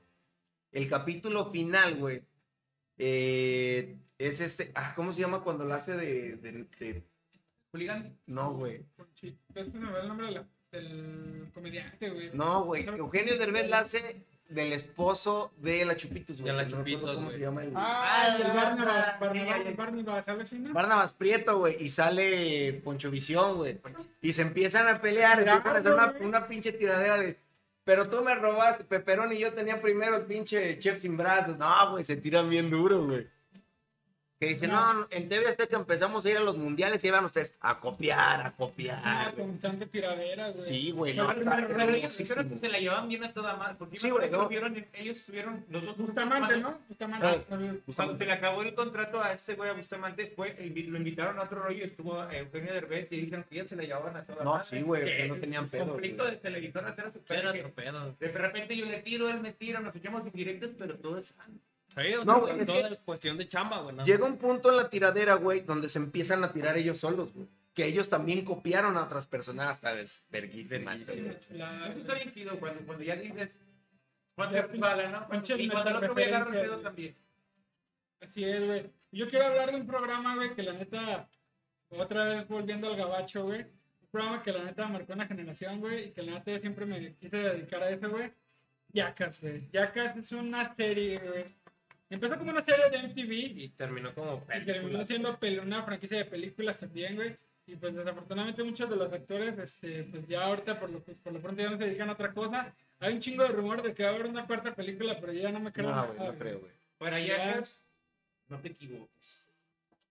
El capítulo final, güey. eh, es este. Ah, ¿cómo se llama cuando lo hace de. de- de-
Hooligan.
no, güey.
Ponchito. Es que se me va el nombre de la- del comediante, güey.
No, güey. Eugenio Derbez la hace del esposo de la Chupitos, güey.
De la
No recuerdo
Chupitos,
¿Cómo
güey.
se llama el-
Ah,
El
ya,
Barnabas,
ya.
Barnabas, Barnabas, algo así, ¿no?
Barnabas Prieto, güey, y sale Poncho Visión, güey. Y se empiezan a pelear,
Claro,
empiezan a hacer una,
güey.
una pinche tiradera de. Pero tú me robaste, Peperón, y yo tenía primero el pinche chef sin brazos. No, güey, se tiran bien duro, güey. Que dice, no, no, en TV Azteca empezamos a ir a los mundiales y iban ustedes a copiar, a
Ah,
copiar. güey.
constante tiradera, güey.
Sí, güey,
Pero-
no.
Pero,
está
pero- pero ellos
hermosísimo.
dijeron que se la llevaban bien a toda madre. Porque yo
Sí,
me
güey,
acuerdo
¿no?
que estuvieron en- ellos estuvieron los dos juntos
Bustamante,
cuando-
¿no?
Ah.
Bustamante. no olvido.
Cuando se le acabó el contrato a este güey, a Bustamante, fue, invi- lo invitaron a otro rollo, estuvo eh, Eugenio Derbez y dijeron que ya se la llevaban a toda
No,
madre,
sí, güey, que no tenían
el
pedo,
conflicto
güey.
de televisoras era su
Era
pedo, que
otro pedo.
De repente yo le tiro, él me tira, nos echamos indirectos, pero todo es sano.
Sí, o sea,
No,
no,
güey, es
todo es cuestión de chamba, güey. nada
Llega un punto en la tiradera, güey, donde se empiezan a tirar ellos solos, güey. Que ellos también copiaron a otras personas, hasta es verguísima esa, güey.
La-
Eso está bien chido cuando, cuando ya dices, cuando es bala, ¿no?
pinche
y cuando el otro güey agarra el pedo
referencia,
también.
Así es, güey. Yo quiero hablar de un programa, güey, que la neta, otra vez volviendo al gabacho, güey. Un programa que la neta marcó una generación, güey, y que la neta yo siempre me quise dedicar a eso, güey. Yacas, güey. Yacas es una serie, güey. Empezó como una serie de MTV,
Y terminó como
Y terminó
película.
siendo pel- una franquicia de películas también, güey. Y pues desafortunadamente muchos de los actores, este, pues ya ahorita por lo, por lo pronto ya no se dedican a otra cosa. Hay un chingo de rumor de que va a haber una cuarta película, pero yo ya no me creo.
No,
nada,
güey, no creo, güey.
Para allá, no te equivoques.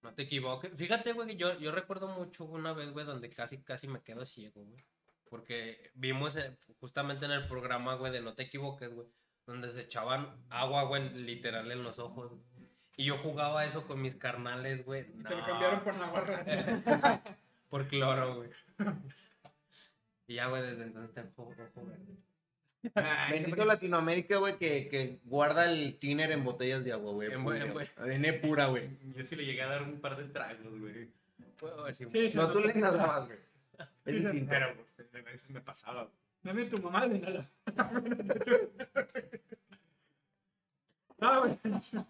No te equivoques. Fíjate, güey, que yo, yo recuerdo mucho una vez, güey, donde casi, casi me quedo ciego, güey. Porque vimos eh, justamente en el programa, güey, de No te equivoques, güey, donde se echaban agua, güey, literal en los ojos. güey. Y yo jugaba eso con mis carnales, güey.
Y Se lo
No,
cambiaron por la barra.
por cloro, güey. Y ya, güey, desde entonces te juego, ojo verde.
Ay,
Bendito Latinoamérica, güey, que, que guarda el tiner en botellas de agua, güey.
En
pura,
buen-
güey. En E pura, güey.
Yo sí le llegué a dar un par de tragos, güey.
Puedo decir,
Sí, sí,
No, tú le inhalabas, güey. Es distinto.
Pero pues, a veces me pasaba.
Dame tu mamá de nada. No, güey.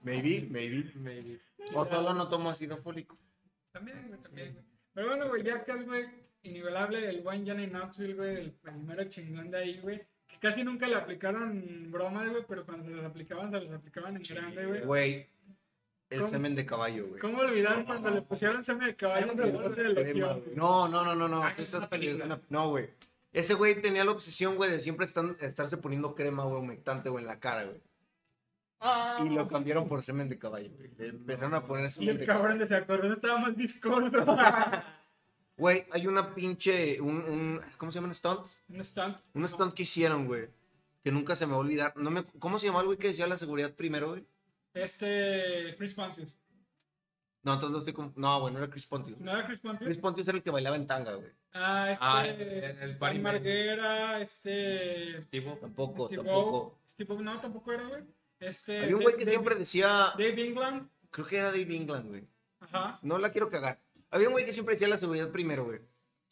Maybe, maybe.
maybe.
O solo no tomo ácido fólico. Ah,
También, güey, también, güey. Pero bueno, güey, ya que es, güey, inigualable, el One Johnny Knoxville, güey, el primero chingón de ahí, güey. Que casi nunca le aplicaron bromas, güey, pero cuando se las aplicaban, se las aplicaban en grande, güey.
Güey, el
¿Cómo?
semen de caballo, güey.
¿Cómo olvidaron cuando le pusieron semen de caballo en el bote de los
Crema,
tíos?
güey. No, no, no, no, no.
Ah,
Tú
es
estás-
una
es
película.
una- No, güey. Ese güey tenía la obsesión, güey, de siempre estan- estarse poniendo crema, güey, humectante, güey, en la cara, güey. Y lo cambiaron por semen de caballo, güey. Le empezaron a poner
Y
semen
Ah. el
de caballo.
cabrón de se acordó, estaba más viscoso.
Güey, hay una pinche, un, un, ¿cómo se llaman? Stunts.
Un stunt.
Un stunt que hicieron, güey. Que nunca se me va a olvidar. No me, ¿Cómo se llamaba el güey que decía la seguridad primero, güey?
Este, Chris Pontius.
No, entonces lo estoy conf- No, güey, no era Chris Pontius.
¿No era Chris Pontius?
Chris Pontius era el que bailaba en tanga, güey.
Ah, este.
Ah,
el,
el- el
Barry
Barry
Marguera, este.
Steve Tampoco,
Steve
tampoco.
O, Steve O, no, tampoco era, güey. Este.
Había un güey que siempre decía.
Dave England.
Creo que era Dave England, güey.
Ajá.
No la quiero cagar. Había un güey que siempre decía la seguridad primero, güey.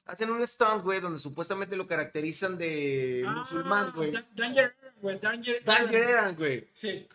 Hacen un stunt, güey, donde supuestamente lo caracterizan de Eh, musulmán, güey.
Da- Ah, Danger, güey. Danger.
Danger Eran, güey.
Sí.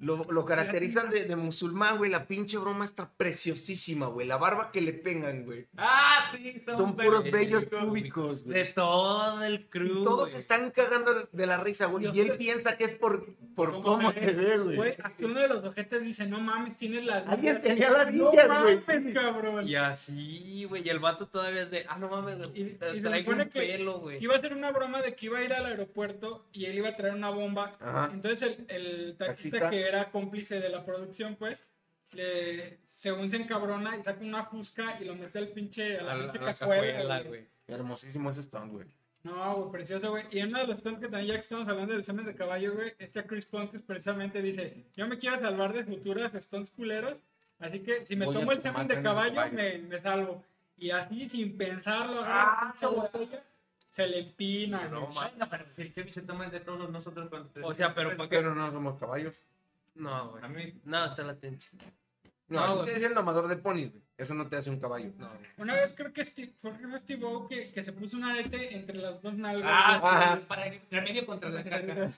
Lo, lo caracterizan de, de musulmán, güey. La pinche broma está preciosísima, güey. La barba que le pegan, güey.
Ah, sí, son,
Son puros bellos cúbicos, güey.
De todo el crew.
Y todos
güey.
están cagando de la risa, güey. Y él piensa que es por, por cómo,
se
se ve, güey.
Güey, hasta uno de los ojetes dice: No mames, tienes la.
Alguien tenía
No
ladillas, güey.
mames, cabrón.
Y así, güey. Y el vato todavía es de, ah, no mames, güey.
Y, y se
traigo
supone
un
que
pelo,
que
güey.
iba a hacer una broma de que iba a ir al aeropuerto y él iba a traer una bomba.
Ajá.
Entonces el, el taxista,
Taxista.
que era cómplice de la producción, pues, le, según se encabrona y saca una fusca y lo mete al pinche, a la,
A la-
pinche
a la
cajuela,
cajuela,
güey.
Hermosísimo ese stunt, güey.
No, güey, precioso, güey. Y en uno de los temas que también, ya que estamos hablando del semen de caballo, güey, este Chris Pontius precisamente dice, yo me quiero salvar de futuras stunts culeros, así que si me
Voy a
tomo el
tomar
semen de
semen de
caballo,
caballo".
Me, me salvo. Y así, sin pensarlo, agarra la pinche botella, se le empina,
Ah, No,
güey.
mames. No, pero el Kevin se toma el de todos nosotros cuando...
O sea, pero ¿para qué?
Pero no somos caballos.
No, güey. No, te la tencha.
No,
No,
tú
güey.
eres el domador de ponis, güey. Eso no te hace un caballo.
No,
Una vez creo que Steve, fue creo que Steve O que, que se puso un arete entre las dos nalgas.
Ah,
güey.
ajá.
Para remedio contra la
caca.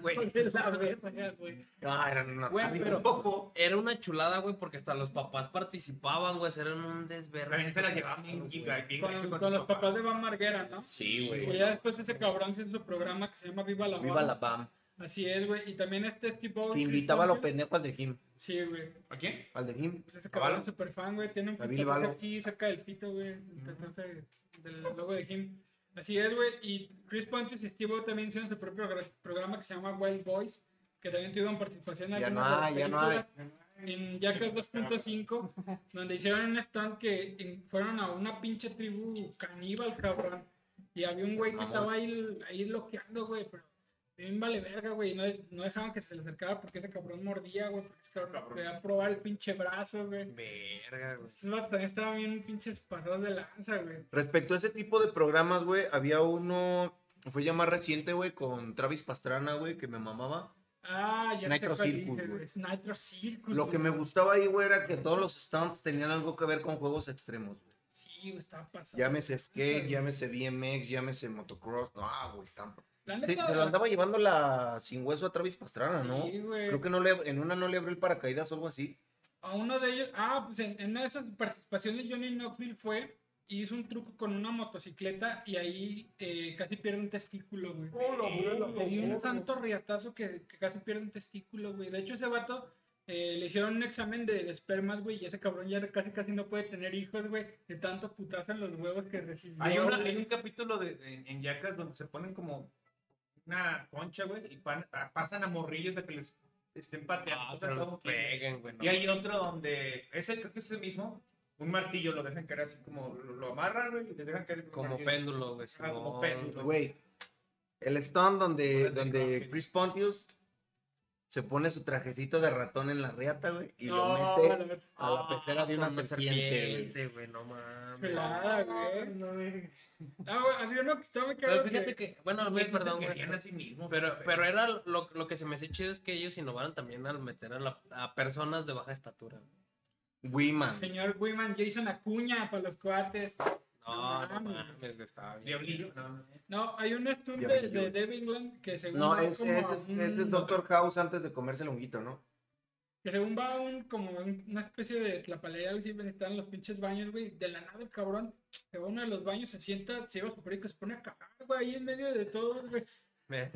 Güey.
La verga, güey.
Ah, eran una
Güey,
risa.
pero era una chulada, güey, porque hasta los papás participaban, güey, eran un desverre.
También se la llevaban bien giga, bien
Con,
gacho
con
sus
los papás de Van Marguera, ¿no?
Sí,
Y ya después ese cabrón hizo su programa que se llama Viva la
Viva
Bam.
la BAM.
Así es, güey. Y también este Steve O.
Te invitaba a los pendejos al de Jim.
Sí, güey.
¿A quién?
Al de Jim.
Pues ese cabrón es súper fan, güey. Tiene un
David
tatuaje
Valo.
aquí cerca del pito, güey. el tatuaje Del logo de Jim. Así es, güey. Y Chris Pontius y Steve O también hicieron su propio gra- programa que se llama Wild Boys. Que también tuvieron participación en
Ya no
algunas de las
hay, ya no hay.
películas, En Jackass 2.5, donde hicieron un stand que en- fueron a una pinche tribu caníbal, cabrón. Y había un güey que
Mamón.
estaba ahí, ahí loqueando, güey. Pero bien vale verga, güey. No, no dejaban que se le acercara porque ese cabrón mordía, güey. Porque ese cabrón,
Cabrón.
quería probar el pinche brazo, güey.
Verga, güey.
Esos vatos también estaban bien pinches pasados de lanza, güey.
Respecto a ese tipo de programas, güey, había uno, fue ya más reciente, güey, con Travis Pastrana, güey, que me mamaba.
Ah, ya
Nitro
sé cuál
Circus,
dices,
güey.
Es Nitro Circus.
Lo que me
güey.
gustaba ahí, güey, era que todos los stunts tenían algo que ver con juegos extremos. güey.
Sí, güey, estaba pasado.
Llámese skate, llámese BMX, llámese motocross. Ah, güey, están...
La
Se,
neta-
se lo andaba llevando la sin hueso a Travis Pastrana, ¿no?
Sí, güey.
Creo que no le, en una no le abrió el paracaídas o algo así.
A uno de ellos, ah, pues en, en una de esas participaciones Johnny Knoxville fue y hizo un truco con una motocicleta y ahí eh, casi pierde un testículo, güey. Le dio un santo riatazo que, que casi pierde un testículo, güey. De hecho, ese vato eh, le hicieron un examen de, de espermas, güey, y ese cabrón ya casi casi no puede tener hijos, güey, de tanto putazo en los huevos que recibió.
Hay, una-
güey.
hay un capítulo de, de- en Yacas donde se ponen como una concha, güey, y pan- pa- pasan a morrillos a que les estén pateando.
Ah,
Puta,
pero
todo
los
que-
peguen, güey. no.
Y hay otro donde, ese creo que es el mismo, un martillo lo dejan caer así como, lo, lo amarran, güey, y les dejan caer
Como
martillo.
péndulo, güey,
Ajá, "Ah, como
Simón.
péndulo.
Güey, el stunt donde, donde Chris Pontius se pone su trajecito de ratón en la riata, güey, y lo
No,
mete
la neta.
a la pecera de una
Ah, con
serpiente, güey.
güey, No mames.
Chulada, güey. Ah, güey, había uno que estaba muy
Pero
cagado
fíjate
que-
que, bueno,
Güey,
güey,
no
perdón,
se
güey.
querían a sí mismos,
Pero,
güey.
pero era lo, lo que se me hace chido es que ellos innovaron también al meter a, la- a personas de baja estatura. güey.
Wiman.
Señor Wiman Jason Acuña para los cuates.
No,
No
no
mames.
mames, güey, estaba bien.
Ah, Diablillo, no, no.
No, hay un estudio
Ya
de,
me dio.
de Dave England que según
No,
va
ese
como
es,
a un-
ese es Doctor House antes de comerse el honguito, ¿no?
que según va a un, como un- una especie de tlapalería, güey, siempre están los pinches baños, güey. De la nada el cabrón se va a uno de los baños, se sienta, se lleva su perico, se pone a cagar, güey, ahí en medio de todo, güey.
Me-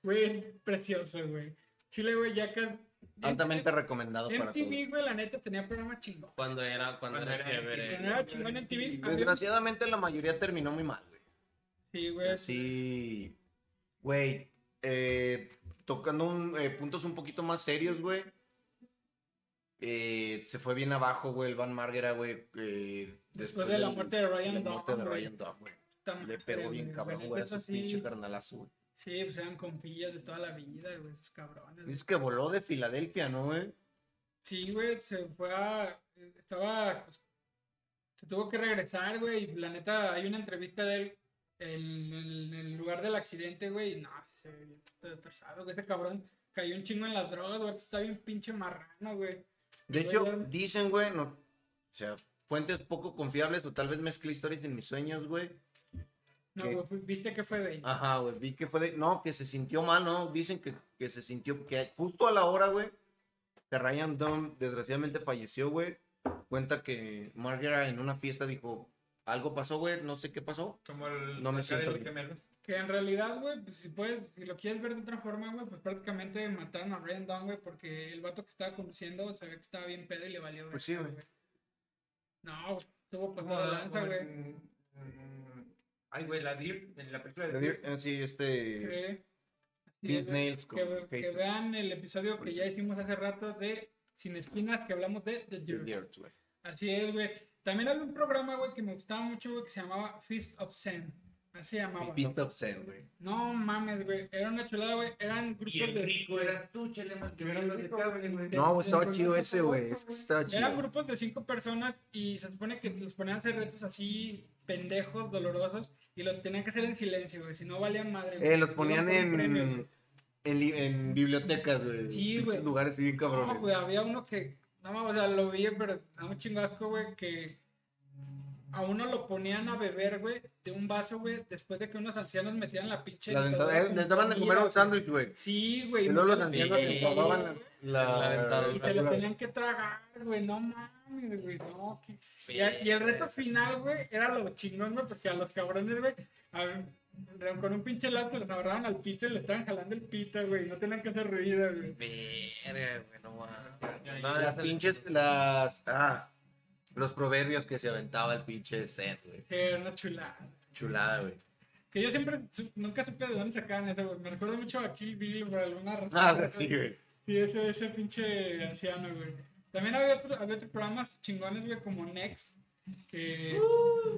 Güey, precioso, güey. Chile, güey, ya que...
Altamente recomendado para todos.
MTV, güey, la neta tenía programa chingón.
Cuando era, cuando
Cuando
era
era
chévere.
Cuando era chingón en TV.
pues, Desgraciadamente la mayoría terminó muy mal, güey.
Sí, güey.
Sí. Pues, eh, Güey, eh, tocando un, eh, puntos un poquito más serios, güey. Eh, se fue bien abajo, güey, el Van Margera, güey. eh,
Después de la
del-
muerte de Ryan
la muerte
Dunn,
de
güey.
Ryan Dunn, güey.
Puta madre,
Le pegó bien
güey,
cabrón,
la
güey, a
neta,
su
sí.
pinche carnalazo, güey.
Sí, pues eran compillas de toda la vida, güey, esos cabrones. güey.
Dice que voló de Filadelfia, ¿no, güey?
Sí, güey, se fue a. Estaba. pues, se tuvo que regresar, güey. Y la neta, hay una entrevista de él en el, en el lugar del accidente, güey. Y no, sí se ve bien todo destrozado, güey. Ese cabrón cayó un chingo en las drogas, güey. Está bien pinche marrano, güey.
De hecho, dicen, güey, no, o sea, fuentes poco confiables o tal vez mezclé historias en mis sueños, güey.
No,
que-
güey, fue- viste que fue de ahí.
Ajá, güey, vi que fue de... No, que se sintió mal, ¿no? Dicen que, que se sintió... Que justo a la hora, güey, que Ryan Dunn desgraciadamente falleció, güey. Cuenta que Margaret en una fiesta dijo, algo pasó, güey, no sé qué pasó.
Como el...
No me
acá de
siento
los
bien.
gemelos.
Que en realidad, güey, pues, si puedes, si lo quieres ver de otra forma, güey, pues prácticamente mataron a Ryan Dunn, güey, porque el vato que estaba conduciendo se ve que estaba bien pedo y le valió.
Pues sí,
verga,
güey.
No, güey, estuvo pasado
Como
de Pues lanza,
como
güey.
en- en- Ay, güey, la DIR, en la película de
Le
DIR.
di- eh, Sí, este...
Sí.
Vince
Sí, güey,
Nails con
que, ve- que
Jason.
vean el episodio que ya hicimos hace rato de Sin Esquinas, que hablamos de
The
The Dirt.
Dirt, güey.
Así es, güey. También había un programa, güey, que me gustaba mucho, güey, que se llamaba Fist of Zen. Así se llamaba.
Beast of Zen, güey.
No mames, güey. Era una chulada, güey. Eran grupos
Y el
de.
rico eras tú, chele, más que eran los de cable, güey.
de-
No, estaba
de-
chido ese, güey. Es que estaba
Eran
chido.
grupos de cinco personas y se supone que los ponían a hacer retos así pendejos, dolorosos, y lo tenían que hacer en silencio, güey. Si no valían madre. güey.
Eh, los
Iban
ponían
por un premio, güey.
en... En, li- en bibliotecas, güey.
Sí,
pinches
güey.
lugares así bien
No, güey,
cabrones.
había uno que, no, o sea, lo vi, pero a un chingasco, güey, que a uno lo ponían a beber, güey, de un vaso, güey, después de que unos ancianos metían la pinche.
La
dentadura
dentadura-
con
eh, les daban de
comida,
comer un
güey.
sándwich, güey.
Sí, güey.
Y luego los
metían
ancianos les
dentadura,
tapaban
güey,
la,
La dentadura.
Y se lo tenían que tragar, güey, no mames, güey, no. qué- Y, a- y el reto final, güey, era lo chingón, güey, porque a los cabrones, güey, a- con un pinche lazo los agarraban al pito y le estaban jalando el pito, güey, no tenían que hacer ruido, güey.
Verga, güey, no mames. No, ya
Las
se-
pinches, las. Ah, los proverbios que se aventaba el pinche set, güey.
Era una chulada.
Chulada, güey.
Que yo siempre, su- nunca supe de dónde sacaban eso, güey. Me recuerdo mucho a Kill Bill por alguna razón.
Ah, sí, güey.
Sí, ese, ese pinche anciano, güey. También había, otro, había otros programas chingones, güey, como Next. Que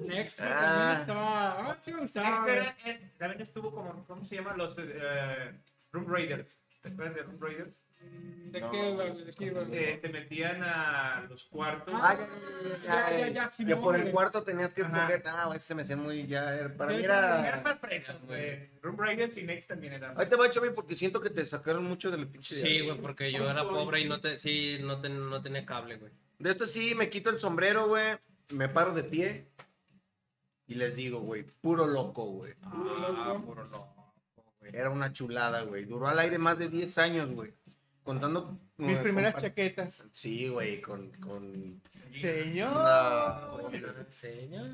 Next, güey,
Ah.
también estaba... Ah, sí me gustaba,
Este
güey.
era- eh, También estuvo como, ¿cómo se llama? Los eh, Room Raiders. ¿Te acuerdas de Room Raiders?
¿De qué, güey? ¿De qué, güey?
Eh, se metían a los cuartos.
Ah, ya, ya, ya, ya, ya,
sí,
Que
no,
por el
güey.
cuarto tenías que
Ajá.
escoger. Ah, güey, se me hacía muy. Ya, era- para
Sí,
mí
Eran
era.
más fresas, güey. Room Raiders y Next también eran.
Ahí te va, Chavi, porque siento que te sacaron mucho del pinche.
Sí, güey, porque yo era pobre y no, te, sí, no, ten- no tenía cable, güey.
De este sí, me quito el sombrero, güey. Me paro de pie. Y les digo, güey, puro loco, güey.
Ah, puro loco, güey.
Era una chulada, güey. Duró al aire más de 10 años, güey. Contando.
Mis
eh,
primeras
compa-
chaquetas.
Sí, güey, con. con...
Señor.
Señor.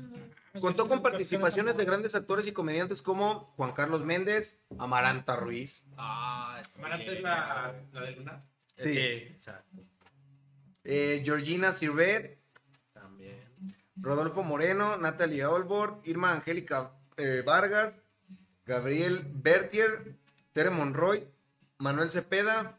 Contó con participaciones de grandes actores y comediantes como Juan Carlos Méndez, Amaranta Ruiz.
Ah, es
Maranta es la, la de Luna.
Sí.
Exacto,
eh, Georgina Sirvet,
también.
Rodolfo Moreno, Natalia Olbord, Irma Angélica eh, Vargas, Gabriel Bertier, Tere Monroy, Manuel Cepeda,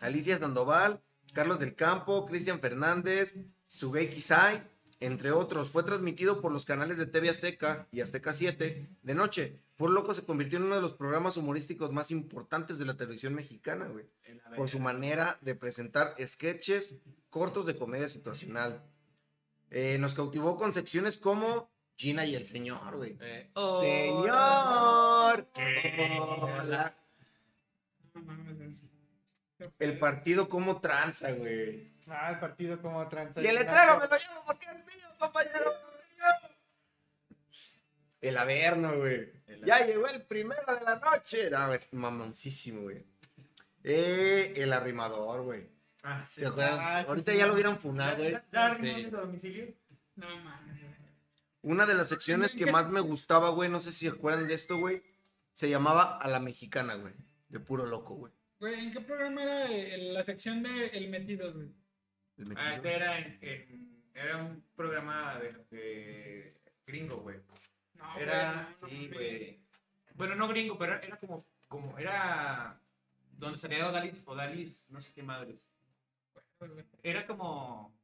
Alicia Sandoval, Carlos del Campo, Cristian Fernández, Sugei Kisai, entre otros. Fue transmitido por los canales de TV Azteca y Azteca 7 de noche. Por loco se convirtió en uno de los programas humorísticos más importantes de la televisión mexicana, güey. Por su manera de presentar sketches cortos de comedia situacional. Eh, nos cautivó con secciones como Gina y el Señor, güey.
Eh, oh,
Señor, hola.
No mames, es-
El partido como tranza, güey.
Ah, el partido como transa.
Y el letrero me lo llevo porque es mío, compañero. El averno, güey. Ya llegó el primero de la noche. No, es mamoncísimo, güey. Eh, el arrimador, güey.
Ah, sí.
¿Se acuerdan?
Ah, sí,
Ahorita
sí.
ya lo vieron funar, güey.
¿Dar dar
Sí.
rimones a domicilio?
No mames, güey.
Una de las secciones que más me gustaba, güey, no sé si se acuerdan de esto, güey. Se llamaba A la Mexicana, güey. De puro loco, güey.
Güey, ¿en qué programa era eh, la sección de El Metido, güey?
El metido.
Ah, este era, en- en- era un programa de, de gringo, güey.
No,
Era,
no,
sí,
no,
güey. Bueno, no gringo, pero era como, como, era donde salía Odalis, Odalis, no sé qué madres.
güey.
Era como,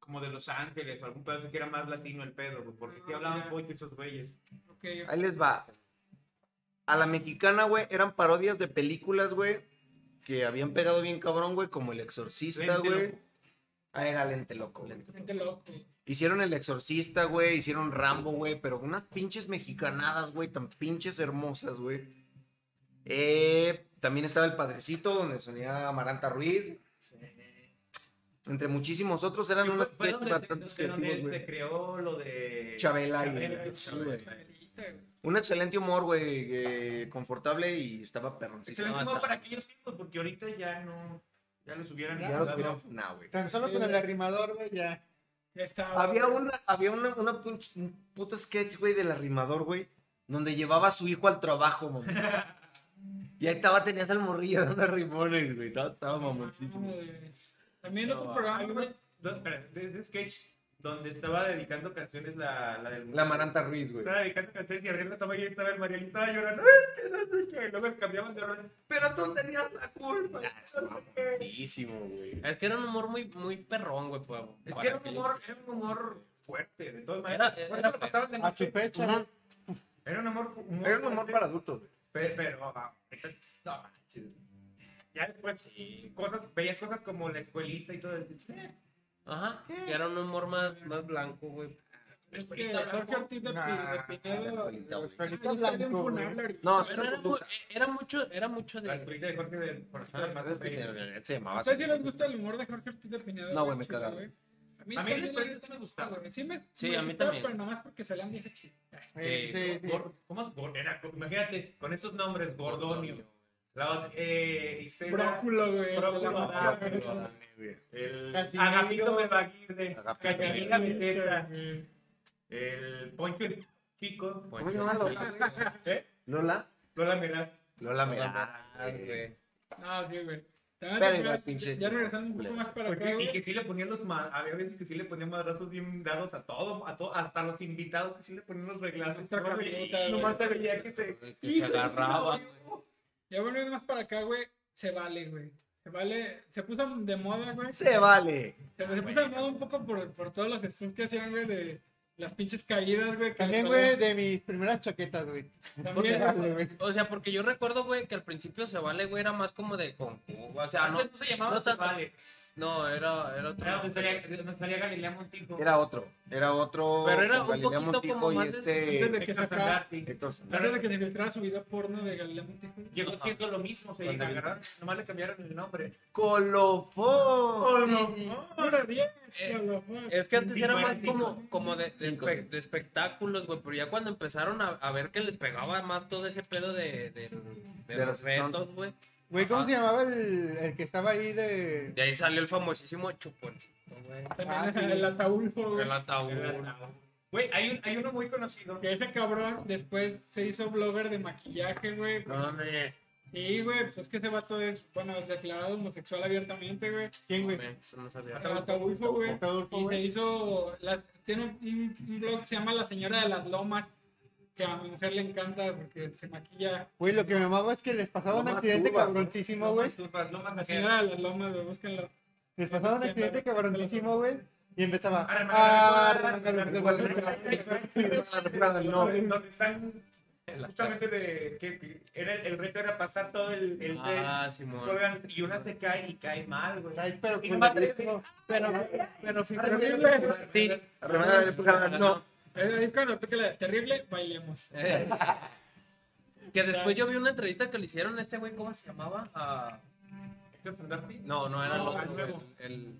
como de Los Ángeles o algún pedazo que era más latino el pedo, güey, porque sí
Ah,
hablaban
ya.
pocho esos güeyes.
Ok, ok.
Ahí les va. A la mexicana, güey, eran parodias de películas, güey, que habían pegado bien cabrón, güey, como El Exorcista,
Vente,
güey,
loco.
Ah, era lente loco. güey.
Gente loco.
Hicieron El Exorcista, güey, hicieron Rambo, güey, pero unas pinches mexicanadas, güey, tan pinches hermosas, güey. Eh, también estaba El Padrecito, donde sonía Amaranta Ruiz. Entre muchísimos otros eran unas
Fue
piezas
donde
bastante
se- donde
creativas,
se
güey.
creó lo de...
Chabela y- sí,
Chabela.
Un excelente humor, güey, eh, confortable y estaba perroncísimo.
Excelente
No,
juego
hasta-
para aquellos tiempos, porque ahorita ya no... Ya los hubieran...
Ya los
mandado.
hubieran funado, güey.
Tan solo con el arrimador, güey, ya.
Ya estaba.
Había una, había una, una pinche- un puto sketch, güey, del arrimador, güey, donde llevaba a su hijo al trabajo, mamá. Y ahí estaba, tenías al morrillo dando rimones, güey. Estaba, estaba mamoncísimo.
Ay, También
No,
otro programa,
hay
güey.
una- do- espera, de, de sketch donde estaba dedicando canciones la, la del...
La Maranta Ruiz, güey.
Estaba dedicando canciones y arriba estaba y estaba el Mariel y estaba llorando. Es que no sé qué". Y Luego cambiaban de rol. Pero tú tenías la culpa. no sé qué".
Mamoncísimo, güey.
Es que era un humor muy, muy perrón, güey. pues,
Es que
para
era un
aquel-
humor, era un humor fuerte, de todas maneras.
Era-
Por
era
eso lo pasaban de
A
noche.
su fecha.
Ujú.
Era un humor, humor
Era un humor
fuerte,
para adultos, güey.
Pero, pero, ah, ahorita, no manches. Ya después cosas, veías cosas como la escuelita y todo. y dices, "Eh,
Ajá. Que era un humor más, más blanco, güey.
Es que Jorge Ortiz de,
Nah,
de Pinedo.
la escuelita, güey.
Felita
Ay, está bien
Blanco, güey.
funable ahorita.
No, sí,
Pero era,
no,
mu- era mucho, era mucho
La
de.
escuelita de Jorge de por ejemplo,
Ah,
más de-
Se llamaba
No sé si les gusta el humor de Jorge Ortiz de Pinedo.
No,
güey,
güey, me
chido,
cagaron.
güey. A mí,
A mí
también
el Escuelita
me
sí me
gusta,
gustaba.
güey. Sí, me,
Sí,
me
a mí
gustaba,
también.
Pero nomás porque salían viejas chidas.
Sí, sí, sí.
Gor- ¿Cómo es Gor- era? Me fíjate, con estos nombres, Gordonio. La otra, eh, Isela,
Bróculo, güey. de la
Bróculo,
mamada,
Bróculo,
güey.
Bróculo. el
Casimiro.
Agapito Bebaguirre,
Agapito
Casimira
Bebaguirre.
Beteta, el Poncho el Chico,
¿Cómo se llama Lola, güey?
¿eh?
Lola.
Lola Meraz.
Lola Merá, güey.
Ah, sí, güey. También
Pero
ya-
igual, pinche-
Ya regresando un poco más para
Porque-
acá,
y que
güey.
sí le ponían los ma- había veces que sí le ponían madrazos bien dados a todo, a todo, hasta los invitados que sí le ponían los reglazos.
Otra
No, güey,
camioneta,
Nomás se veía que se
Que se agarraba.
Ya volviendo más para acá, güey. Se vale, güey. Se vale. Se puso de moda, güey.
Se vale.
Se me puso de moda un poco por, por todos los stunts que hacían, güey, de las pinches caídas, güey. que
También,
les
güey,
ponían-
de mis primeras chaquetas, güey.
También,
Porque-
güey.
O sea, porque yo recuerdo, güey, que al principio se vale, güey, era más como de concurso. O sea, no,
Antes no se llamaba
no tanto.
Vale.
no era, era
Era
otro.
donde salía, donde salía Galilea Montijo.
Era otro. Era otro.
Pero era
con
un
Galilea
poquito
Montijo
como
y
más
este.
antes de que
Héctor
sacara-
Zangatti.
Héctor
Antes
Santana.
de que se filtrara su video porno de Galilea Montijo.
Llegó
Ajá.
siendo lo mismo, se
Cuando
agarraron, nomás le cambiaron el nombre.
Colofón.
Número 10,
Eh,
cabrón, güey.
Es que antes
Sí,
era
bueno,
más
sí,
como, como de, de,
Cinco,
espe-
güey.
de espectáculos, güey. Pero ya cuando empezaron a, a ver que les pegaba más todo ese pedo de, de, de
De
los
los
retos,
stunts.
güey.
Güey, ¿cómo
Ajá.
se llamaba el, el que estaba ahí de.
De ahí salió el famosísimo chuponcito, güey.
También
Ah, sí.
el ataúd, güey.
El ataúd.
Güey, hay, un- hay uno muy conocido.
Que ese cabrón después se hizo blogger de maquillaje, güey.
No, hombre.
Sí, güey, pues es que ese vato es, bueno, es declarado homosexual abiertamente, güey.
¿Quién, güey?
Hombre, eso no sabía.
Ataulfo, güey.
Ataulfo,
Y se
güey.
hizo, la- tiene un, un blog que se llama La Señora de las Lomas, que a mi mujer le encanta porque se maquilla.
Güey, lo que me amaba es que les pasaba un
Nomás
accidente
turbas,
cabroncísimo, güey.
Turbas, Lomas
La
Najeras.
Señora de las Lomas, güey, búsquenla.
Les pasaba un accidente cabroncísimo, güey. Y empezaba.
Ah,
"Ah,
Donde donde están justamente de que era el reto era pasar todo el, el
Ah,
tren,
Simón.
cuelgan, y una se cae y cae mal, güey.
Ay, pero
Y nomás
culero,
le-
no.
Pero, pero fíjate.
Sí. arremangar,
pues,
empujarla, No.
Ahí es cuando toca la de terrible, bailemos.
Eh, que después yo vi una entrevista que le hicieron a este güey, ¿cómo se llamaba? A-
Héctor Zangatti.
No, no era el
No,
otro,
al
güey,
nuevo.
el, el-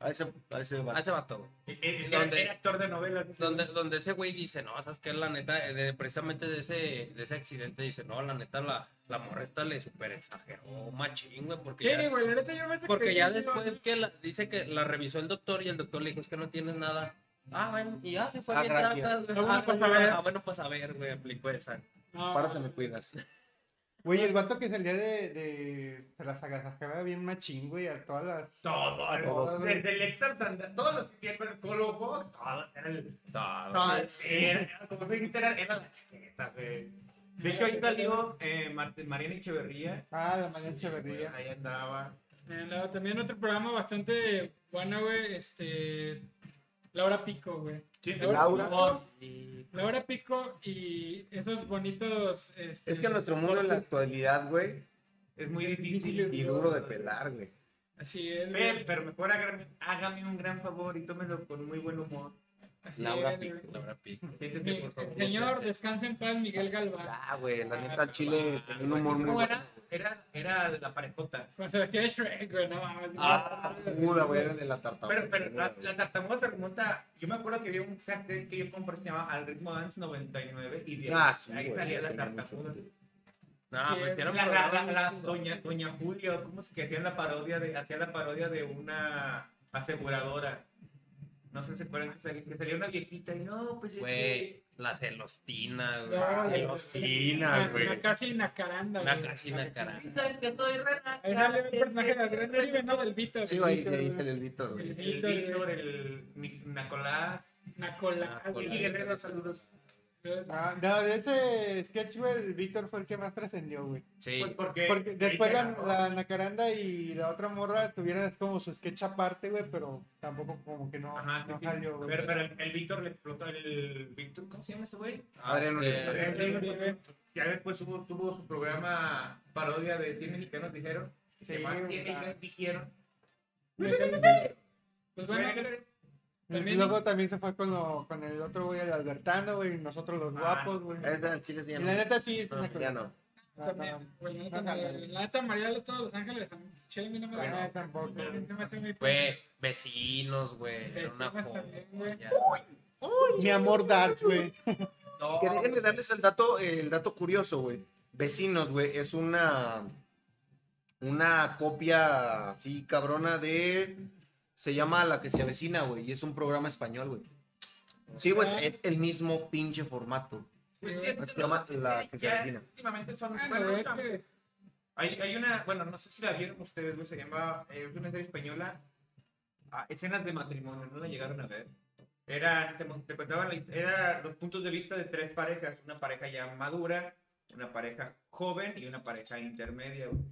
A ese, a ese
a
vato.
ese vato, güey.
Eh, eh, Era,
Donde-
era actor de novelas. ese
Donde,
güey.
donde ese güey dice, no, sabes que la neta, eh, de- precisamente de ese, de ese accidente, dice, no, la neta, la, la morra esta le super exageró, machín, güey, porque
Sí,
ya-
güey, la neta yo me hace
Porque
que-
ya después que la- dice que la revisó el doctor y el doctor le dijo es que no tienes nada. Ah, bueno, y ya se fue
Ah,
bien
gracias.
tracas, güey.
Ah, bueno,
Ah,
pues,
no,
a ver.
ah, bueno, pues a ver, güey, aplicó esa.
No,
Párate, me cuidas.
Güey, el vato que salía de. de se las agarraba bien machín, güey, a todas las.
Todo, el-
Todos, güey.
desde el Héctor Zangatti, todos los que tienen el Colofo, todos eran el.
Todo.
No, sí, era- era- como tú dijiste, era, era la chaqueta, güey. De hecho, ahí salió eh, Mar- Mariana Echeverría.
Ah, la María
Echeverría.
Echeverría.
Ahí andaba.
Eh, luego también otro programa bastante bueno, güey, este... Laura Pico, güey.
Laura.
Y-
Laura Pico y esos bonitos... este,
Es que nuestro mundo en la actualidad, güey,
Es muy difícil.
y duro de pelar, güey.
Así es,
Ve,
güey.
pero mejor hágame, hágame un gran favor y tómelo con muy buen humor.
Así es, güey.
Siéntese, por favor.
Señor, descansa en paz, Miguel Galván.
Ah, güey, la neta, al chile Eh, tenía un humor muy
¿Cómo
bueno.
era? Era, era la parejota.
Juan Sebastián Shrek, güey, no mames.
Ah, muda, güey, era de la tartamuda.
Pero, pero la, la tartamuda se remonta. Yo me acuerdo que había un cassette que yo compré que se llamaba Al ritmo Dance 99 y de ahí,
Ah, sí,
ahí
güey,
salía la
tenía
tartamuda.
No, pues era un
la, la, la,
programa
la-
muy chido.
doña, doña Julio, ¿cómo se que hacían la parodia de, hacía la parodia de una aseguradora? No sé si se acuerdan que salía, que salía una viejita y no, pues es que-
Güey, la celostina, güey.
No, güey.
Celostina, güey.
Una casi nacaranda,
Una
güey.
casi nacaranda.
Dicen que soy rana.
Ahí sale el personaje de Adrián Uribe, ¿no? Del Vito.
Sí,
del
güey,
Vito,
de ahí sale el Víctor, güey.
El
el
eh.
Vito, güey.
Víctor, el Nic- Nicolás,
Nacola.
y Guerrero, saludos.
Pues,
Ah, no, de ese sketch, güey, el Víctor fue el que más trascendió, güey.
Sí.
Pues porque,
Porque después la,
Ella,
la Nacaranda y la otra morra tuvieron así como su sketch aparte, güey, pero tampoco como que no,
Ajá, sí,
no
sí.
salió, güey.
Pero, pero el, el Víctor le explotó el Víctor, ¿cómo se llama ese güey?
Adrián Uribe.
Eh,
Adrián Uribe.
Ya después tuvo, tuvo su programa parodia de 100 mexicanos dijeron. que se
Sí,
llamaba 100
güey.
mexicanos dijeron.
Pues bueno,
Y
también-
luego también se fue con, lo- con el otro güey, el Albertano, güey, y nosotros los
Ah,
guapos, güey.
Es de al chile, sí,
Y
ya
la
no.
neta sí, Ah, es
No,
una
ya no.
cosa.
también, güey, la neta,
Ajá.
María- la neta, María de todos Los Ángeles, también, chile, a mí no me
Bueno,
da-
tampoco,
no me- no me hace muy-
Güey, vecinos, güey. Era una
Vecinos también, güey.
joya.
Mi amor Darts, güey.
No,
Que déjenme darles el dato, el dato curioso, güey. Vecinos, güey, es una una copia así cabrona de se llama La que se avecina, güey, y es un programa español, güey. Sí, güey, es el mismo pinche formato.
Pues, es que
Se llama La que se
ya
avecina.
Últimamente son.
Ah,
bueno,
no, es
son-
que-
hay, hay una, bueno, no sé si la vieron ustedes, güey, se llama, eh, es una serie española, ah, escenas de matrimonio, no la llegaron a ver. Era, te, mon- te contaban, la his- era los puntos de vista de tres parejas, una pareja ya madura, una pareja joven y una pareja intermedia, güey.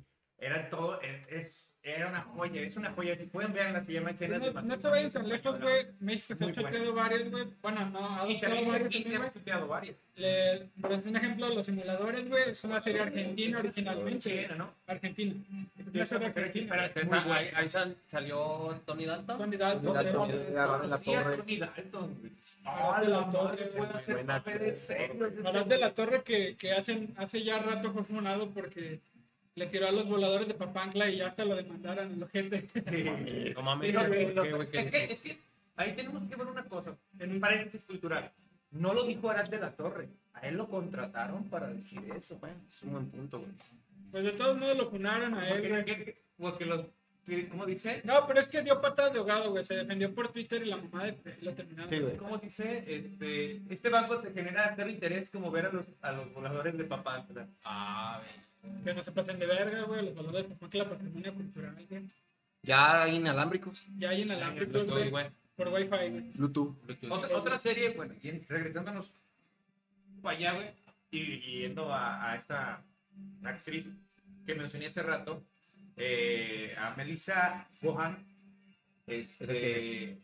Era todo, es, es- era una joya, es una joya, si pueden verla, se llama escenas de
No,
matrimonio.
no te vayas tan
es
lejos,
española.
güey. México se ha
Muy buena.
choteado varios, güey. Bueno, no, ha
Y
adoptado
también
varios
aquí se
también,
han
güey.
chuteado varias.
Le, por decir un ejemplo, los simuladores, güey, es una serie argentina originalmente.
Chilena, ¿no?
Argentina.
Yo
Yo
sé
soy de
que aquí,
Argentina.
pero que
esa-
está
ahí, ahí sal- salió Tony Dalton.
Tony Dalton,
Tony Dalton,
Tony
güey.
Dalton.
Ya, la
Todos días
torre.
Tony Dalton, güey.
Ah,
Ah,
de
la
la
madre,
torre,
puede
güey.
hacer
Buena
papeles serios, ese
Barán de la Torre que, que hacen, hace ya rato fue funado porque le tiró a los voladores de Papantla y ya hasta lo demandaron el ojete.
güey.
No mames,
Sí, no,
güey,
güey, lo-
qué, güey, qué
es, que, es que ahí tenemos que ver una cosa, en un paréntesis cultural. No lo dijo Arad de la Torre, a él lo contrataron para decir eso.
Bueno, es un buen punto, güey.
Pues de todos modos lo funaron a él,
Porque,
güey.
que- porque los, sí, ¿cómo dice?
No, pero es que dio patadas de ahogado, güey. Se defendió por Twitter y la mamá de, lo terminaron.
Sí, güey.
¿Cómo dice? Este, este banco te genera cero interés como ver a los, a los voladores de Papantla.
Ah, güey.
Que no se pasen de verga, güey. Los valores de Papantla, patrimonio cultural, güey.
Ya hay inalámbricos,
Ya hay inalámbricos, güey.
güey.
Por Wi-Fi, güey.
Bluetooth.
Otra, otra serie, bueno, y en- regresándonos para allá, güey, y, y yendo a, a esta actriz que mencioné hace rato, eh, a Melissa Bohan,
¿Esa
este,
quién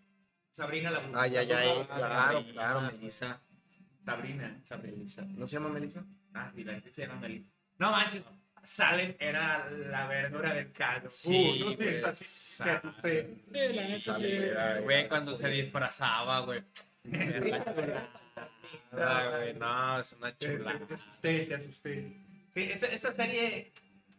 Sabrina la
Ah, ya, ya, eh,
Bruja,
claro,
Sabrina,
claro,
güey.
Melissa.
Sabrina,
Melissa. ¿No se llama Melissa?
ah, y la actriz se llama Melissa. No manches, Salem era la verdura del caldo.
Sí,
uh, no
güey,
siento así, te asusté.
Sí, la neta
Sale,
que...
era-
Güey,
era-
cuando se disfrazaba, güey. Ah, güey, no, es una
Te,
chula.
te- te asusté, te asusté. Sí, esa, esa serie...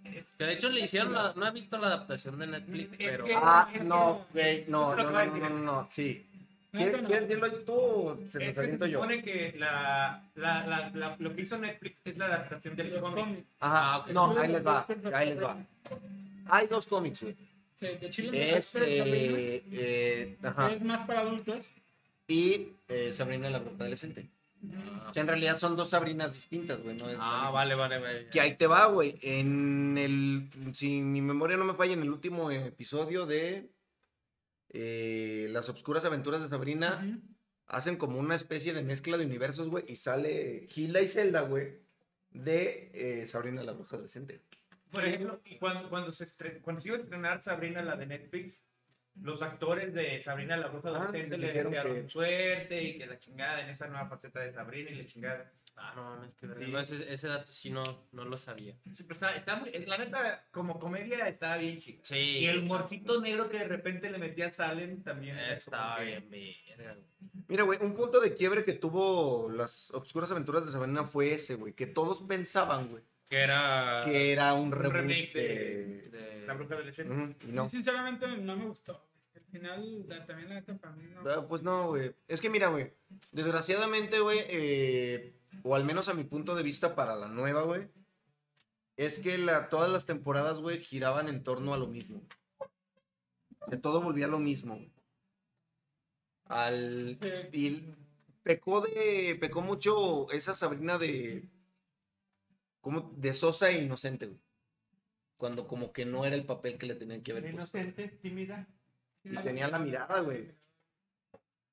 es-
Que de hecho le hicieron la, no he visto la adaptación de Netflix,
Es
pero
que-
Ah, no, güey, no,
Eso
no,
es lo
no,
que va a
no, no,
decir.
no, no, sí.
Neta,
¿Quieres,
no.
quieres decirlo tú o se
Es
los
que
aviento
se
yo?
supone que la, la, la, la- lo que hizo Netflix es la adaptación del
Los
cómic.
cómics.
Ajá,
Ah, ok.
no, ahí les va, ahí les va. Hay dos cómics, güey.
Sí, de Chile me
Es,
parece que también,
eh, eh,
¿no?
ajá,
es más para adultos.
y eh, Sabrina la bruja adolescente.
Ah.
O sea, en realidad son dos Sabrinas distintas, güey, no es...
Ah, vale, vale, vale.
Que ahí te va, güey. En el. Si mi memoria no me falla, en el último episodio de. eh, Las obscuras aventuras de Sabrina.
Ujú.
Hacen como una especie de mezcla de universos, güey. Y sale Gila y Zelda, güey. De eh, Sabrina la Bruja Adolescente.
Por ejemplo, y cuando, cuando, se estre- cuando se iba a estrenar Sabrina, la de Netflix, los actores de Sabrina la Bruja de
Ah,
repente
les
le
dijeron
desearon
que-
suerte y que la chingada en esta nueva faceta de Sabrina y la chingada.
Ah, no mames, que
Sí.
no, ese, ese dato sí no, no lo sabía.
Sí, pero está, está muy- la neta, como comedia estaba bien chica.
Sí.
Y el morcito negro que de repente le metía a Salem también. era
Estaba
como que-
bien, verga, güey.
Mira, güey, un punto de quiebre que tuvo las obscuras aventuras de Sabrina fue ese, güey. Que todos pensaban, güey,
Que era.
que era Ah, un reboot
remake
de...
La bruja del escenario.
Ujú, y no.
Sinceramente no me gustó. El final la- también la neta para mí no.
Ah, Pues no, güey. Es que mira, güey. Desgraciadamente, güey, eh, o al menos a mi punto de vista para la nueva, güey, es que la, todas las temporadas, güey, giraban en torno a lo mismo. Que todo volvía a lo mismo, güey. Al... Y pecó de... Pecó mucho esa Sabrina de... Como de sosa e inocente, güey. Cuando como que no era el papel que le tenían que pues. haber puesto.
Inocente, tímida.
Y tenía la mirada, güey.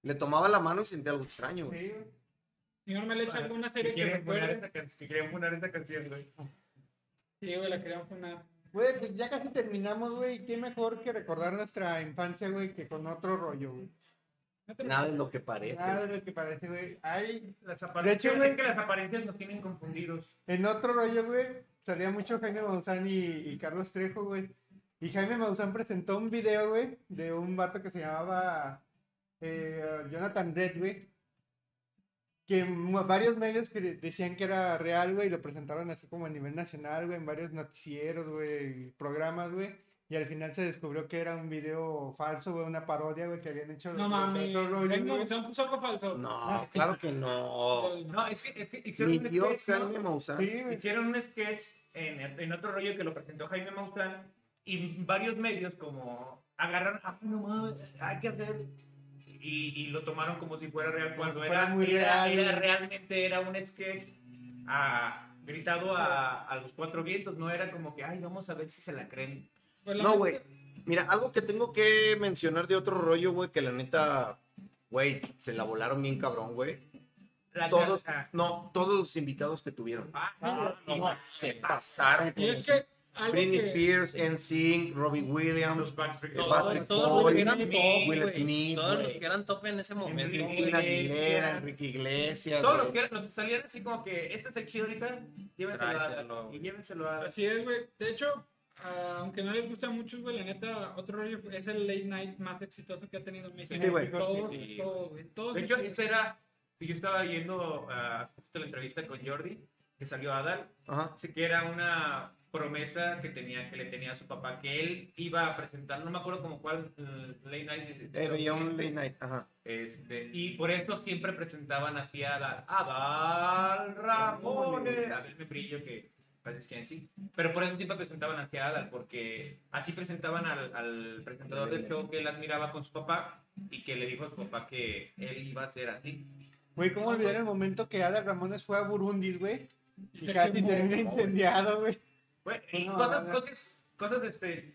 Le tomaba la mano y sentía algo extraño, güey.
Sí, güey.
Señor me le echa
Para-
alguna serie que
quieren poner
recuerde.
esa can- que quieren poner esa canción, güey.
Sí, güey, la querían funar.
Güey, pues ya casi terminamos, güey. Qué mejor que recordar nuestra infancia, güey, que con otro rollo, güey.
No te
Nada de lo que parece.
Nada de lo que parece, güey. Ay,
Las apariencias,
hecho, güey-
es que las apariencias nos tienen confundidos.
en otro rollo, güey, salía mucho Jaime Maussan y, y Carlos Trejo, güey. Y Jaime Maussan presentó un video, güey, de un vato que se llamaba eh, Jonathan Red, güey. Que mu- varios medios que decían que era real, güey, y lo presentaron así como a nivel nacional, güey, en varios noticieros, güey, y programas, güey. Y al final se descubrió que era un video falso, güey, una parodia, güey, que habían hecho.
No
de
mames.
otro rollo,
Jaime
güey.
Maussan puso algo falso.
No, claro que no.
No, es que, es que hicieron
Mi
un
Dios,
sketch, ¿no?
Jaime Maussan.
Sí, güey.
Hicieron un sketch en, en otro rollo que lo presentó Jaime Maussan y varios medios como agarraron, ah, no mames, hay que hacer. Y, y lo tomaron como si fuera real cuando
si
era,
fuera muy
era-
real,
era
güey.
realmente era un sketch ah, gritado a, a los cuatro vientos, no era como que, ay, vamos a ver si se la creen.
Pues, la
No,
neta,
güey. Mira, algo que tengo que mencionar de otro rollo, güey, que la neta, güey, se la volaron bien cabrón, güey.
La
Todos,
casa.
no, todos los invitados que tuvieron.
Ah,
No,
y-
se pasaron. con
Y es
los-
que. algo
Britney
que-
Spears, NSYNC, Robbie Williams,
los Backstreet
The
Boys.
Todos,
Backstreet
todos los
Boys,
que eran top,
Will
güey.
Smith,
Todos los
güey.
que eran top en ese momento.
Enrique
güey.
Cristina Aguilera,
Iglesias.
Enrique Iglesias.
Todos los
güey.
que, eran- los que salían así como que, este es el chido ahorita, llévenselo
Tráetelo,
a
güey.
y llévenselo a
Así es, güey. De hecho, ah, aunque no les gusta mucho, güey, la neta, otro rollo fue- es el late night más exitoso que ha tenido México.
Sí, güey.
Todo,
Sí,
todo, güey. Todo,
De hecho,
güey.
esa era. Si yo estaba viendo ah, justo la entrevista con Jordi, que salió Adal,
Ajá.
así que era una promesa que tenía que le tenía a su papá que él iba a presentar, no me acuerdo como cuál mm, late night.
Eh, veía un late night, ajá.
Este, y por eso siempre presentaban así a Adal. Adal Ramones. A ver, me brillo que parece que sí. Pero por eso siempre presentaban así a Adal, porque así presentaban al, al presentador del show que él admiraba con su papá y que le dijo a su papá que él iba a ser así.
Güey, ¿cómo olvidar el momento que Ada Ramones fue a Burundis, güey?
Y
Y
se
casi
quemó,
termina incendiado, güey.
Güey, y
No,
cosas,
no, no.
cosas, cosas este,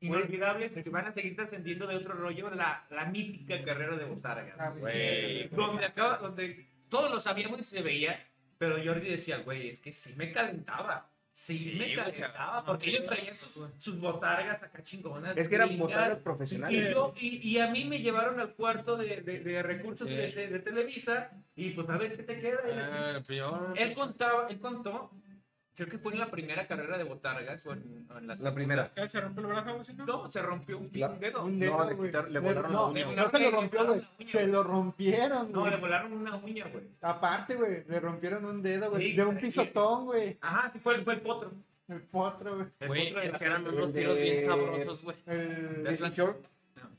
inolvidables que van a seguir trascendiendo de otro rollo la, la mítica carrera de Botarga.
Ah,
Güey.
donde, acaba, donde todos lo sabíamos y se veía, pero Jordi decía, güey, es que sí me calentaba. Sí,
Sí,
me
güey,
calentaba,
se-
porque
no,
ellos
no,
traían
no,
sus,
güey.
sus botargas acá chingonas.
Es que eran
gringas,
botargas
y,
profesionales.
yo, y, y a mí me llevaron al cuarto de, de- de recursos
Sí.
de, de- de Televisa y pues a ver qué te queda. Y la chingada.
Ah, yo-
Él contaba, él contó, creo que fue en la primera carrera de Botargas o en, o en la,
La primera.
Acá se rompe el brazo, güey, si no.
No, se rompió un
La-
dedo.
Un
No,
dedo,
le
güey.
quitar- le volaron la
no,
uña,
No, se
güey. Le
lo
volaron
rompió,
la
güey.
uña,
Se
güey.
lo rompieron,
No,
güey.
le volaron una uña, güey.
Aparte, güey, le rompieron un dedo, güey.
Sí,
de un
güey.
pisotón, güey.
Ajá, sí, fue, el- fue el potro.
El potro, güey.
El
Güey,
potro de
es
la-
que eran unos
el de-
tiros bien sabrosos, güey.
El,
¿De Atlanta?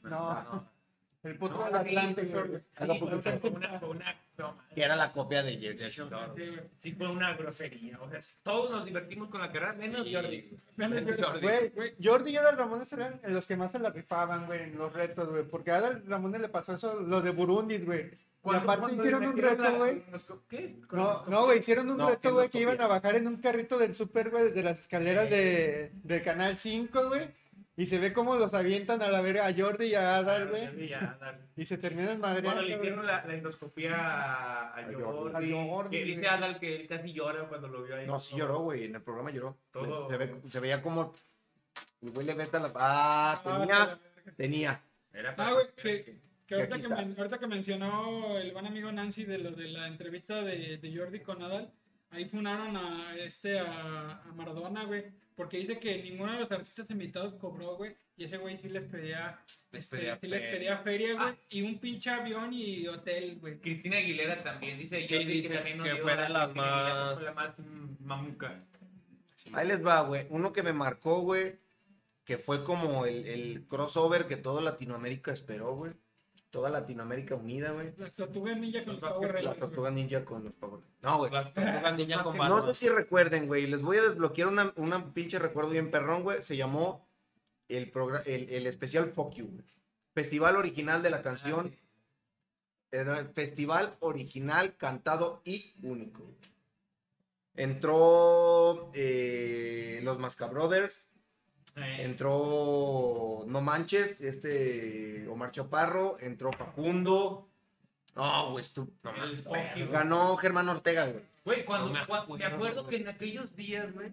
no,
no.
el potro
No,
del
sí, pues,
Atlante,
fue-
güey.
sí, fue una- fue una- fue una- no,
Que era la copia de Jersey
sí,
Shore.
güey. Sí, fue una grosería. O sea, todos nos divertimos con la carrera, menos
Sí.
Jordi.
Menos Jordi.
Jordi.
Güey, Jordi y Adal Ramones eran los que más se la rifaban, güey, en los retos, güey. Porque a Adal Ramones le pasó eso, lo de Burundis, güey. Y
Cuando-
aparte
cuando
hicieron un
metieron
reto,
la-
güey.
colonosco- ¿Qué?
No,
Colonoscopia.
no, güey, hicieron un
No,
reto, güey, que
endoscopía.
iban a bajar en un carrito del super, güey, desde las escaleras de, del canal 5, güey. Y se ve cómo los avientan a la verga a Jordi y a Adal, güey.
Jordi, ya, dale.
Y se terminan
Cuando le
madreando. güey.
hicieron la, la endoscopía a, a
A
Jordi,
Jordi. A Jordi,
que dice
güey.
Adal que él casi llora cuando lo vio ahí.
No, sí lloró, güey. En el programa lloró.
Todo.
Se, ve- se veía como. El güey le ves a la. Ah, tenía. Tenía.
Era
Ah,
para-
güey, que, que
que
ahorita,
aquí
que men-
estás.
ahorita que mencionó el buen amigo Nancy de lo de la entrevista de, de Jordi con Nadal, ahí funaron a este a, a Maradona, güey, porque dice que ninguno de los artistas invitados cobró, güey, y ese güey sí les pedía,
Les
este,
pedía
sí les
feria. Ah.
pedía feria, güey, y un pinche avión y hotel, güey.
Cristina Aguilera también dice
Sí,
Jordi
dice
que también
que
odió
fue
a
de las
Cristina Aguilera,
más-
fue la más mm, mamuca.
Ahí les va, güey. Uno que me marcó, güey, que fue como el, el crossover que toda Latinoamérica esperó, güey. Toda Latinoamérica unida, güey.
Las tortugas ninja con los
Las
Power
Las
Rangers, güey.
tortugas ninja con los Power Rangers. No, güey.
Las tortugas ninja con
No
Batman.
sé si recuerden, güey. Les voy a desbloquear una, una pinche recuerdo bien perrón, güey. Se llamó el, progra- el, el especial Fuck You, güey. Festival original de la canción. Era el Festival original cantado y único. Entró eh, los Mascabrothers.
Eh,
Entró No Manches, este Omar Chaparro, entró Facundo. No, güey, estu- no mames,
el Funky, güey.
Ganó Germán Ortega, güey.
Güey, cuando
No me
cua- me,
acuerdo,
acuerdo que
güey.
en aquellos días, güey,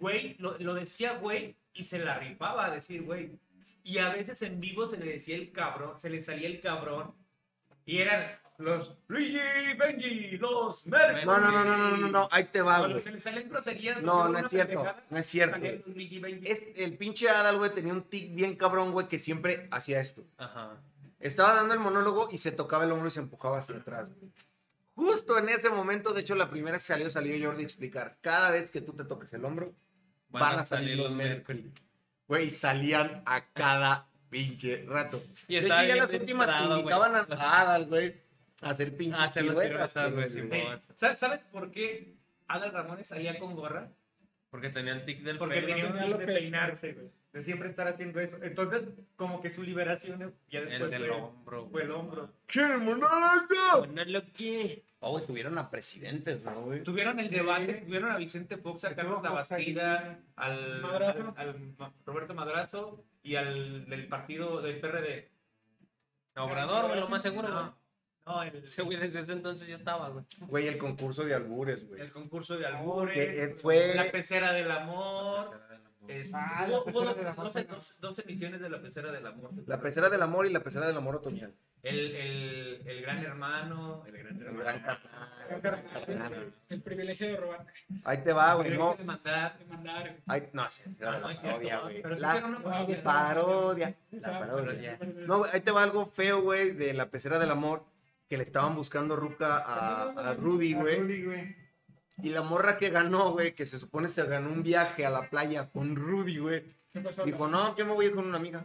güey, lo, lo decía güey y se la rifaba a decir güey. Y a veces en vivo se le decía el cabrón, se le salía el cabrón y eran los Luigi, Benji, los Mercury.
No, no, no, no, no, no, no, ahí te va,
Cuando
güey.
se le salen groserías.
No,
solo
no es
una
cierto,
pendejada,
no es cierto,
salían
güey.
los Luigi, Benji.
Es, el pinche Adal, güey, tenía un tic bien cabrón, güey, que siempre hacía esto.
Ajá.
Estaba dando el monólogo y se tocaba el hombro y se empujaba hacia atrás, güey. Justo en ese momento, de hecho, la primera que salió, salió Jordi a explicar. Cada vez que tú te toques el hombro, van, a salir, los Mercury. Güey, salían a cada pinche rato.
Y
de hecho,
estaba
ya
bien
las últimas
frustrado,
te
güey.
invitaban a, a Adal, güey, a hacer pinches
A hacer las
piruetas,
piruetas, güey,
güey.
sí,
Sí. Sa- ¿Sabes por qué Adal Ramones salía con gorra?
Porque tenía el tic del
Porque
pelo.
tenía un
Tenía
tic de
López.
peinarse, güey. De siempre estar haciendo eso. Entonces, como que su liberación ya después
El del
fue-
hombro.
fue
güey.
el hombro.
¡Qué monólogo!
Bueno, lo que.
Oh, güey, tuvieron a presidentes, ¿no, güey?
Tuvieron el debate, tuvieron a Vicente Fox, a
Estuvo
Carlos
Fox ahí.
Labastida, al,
Madrazo.
al, al Ma- Roberto Madrazo y al del partido del PRD.
Obrador, güey, lo más seguro, güey.
No, el,
Ese güey desde ese entonces ya estaba, güey.
Güey, el concurso de albures, güey.
el concurso de albures,
Que, eh, fue-
la pecera del amor. es-
Ah, la
hubo hubo
Pecera
dos,
del Amor,
dos- dos- dos emisiones de la pecera del amor.
La pecera del amor y la pecera del amor otoñal.
El, el, el gran hermano. El gran
El gran
hermano.
carnal, carnal, güey.
El privilegio de robar,
Ahí te va, Ah, güey,
Pero
no.
hay que demandar.
de mandar, güey.
Ahí, no, sí,
Ah,
claro,
no,
la
es cierto,
parodia,
¿no?
güey.
Pero sí
La
que era una parodia.
parodia, la parodia. No, güey, ahí te va algo feo, güey, de la pecera del amor, que le estaban buscando ruca a, a Rudy,
A
güey.
Rudy, güey.
Y la morra que ganó, güey, que se supone se ganó un viaje a la playa con Rudy, güey.
¿Qué pasó?
Dijo, no, yo me voy a ir con una amiga.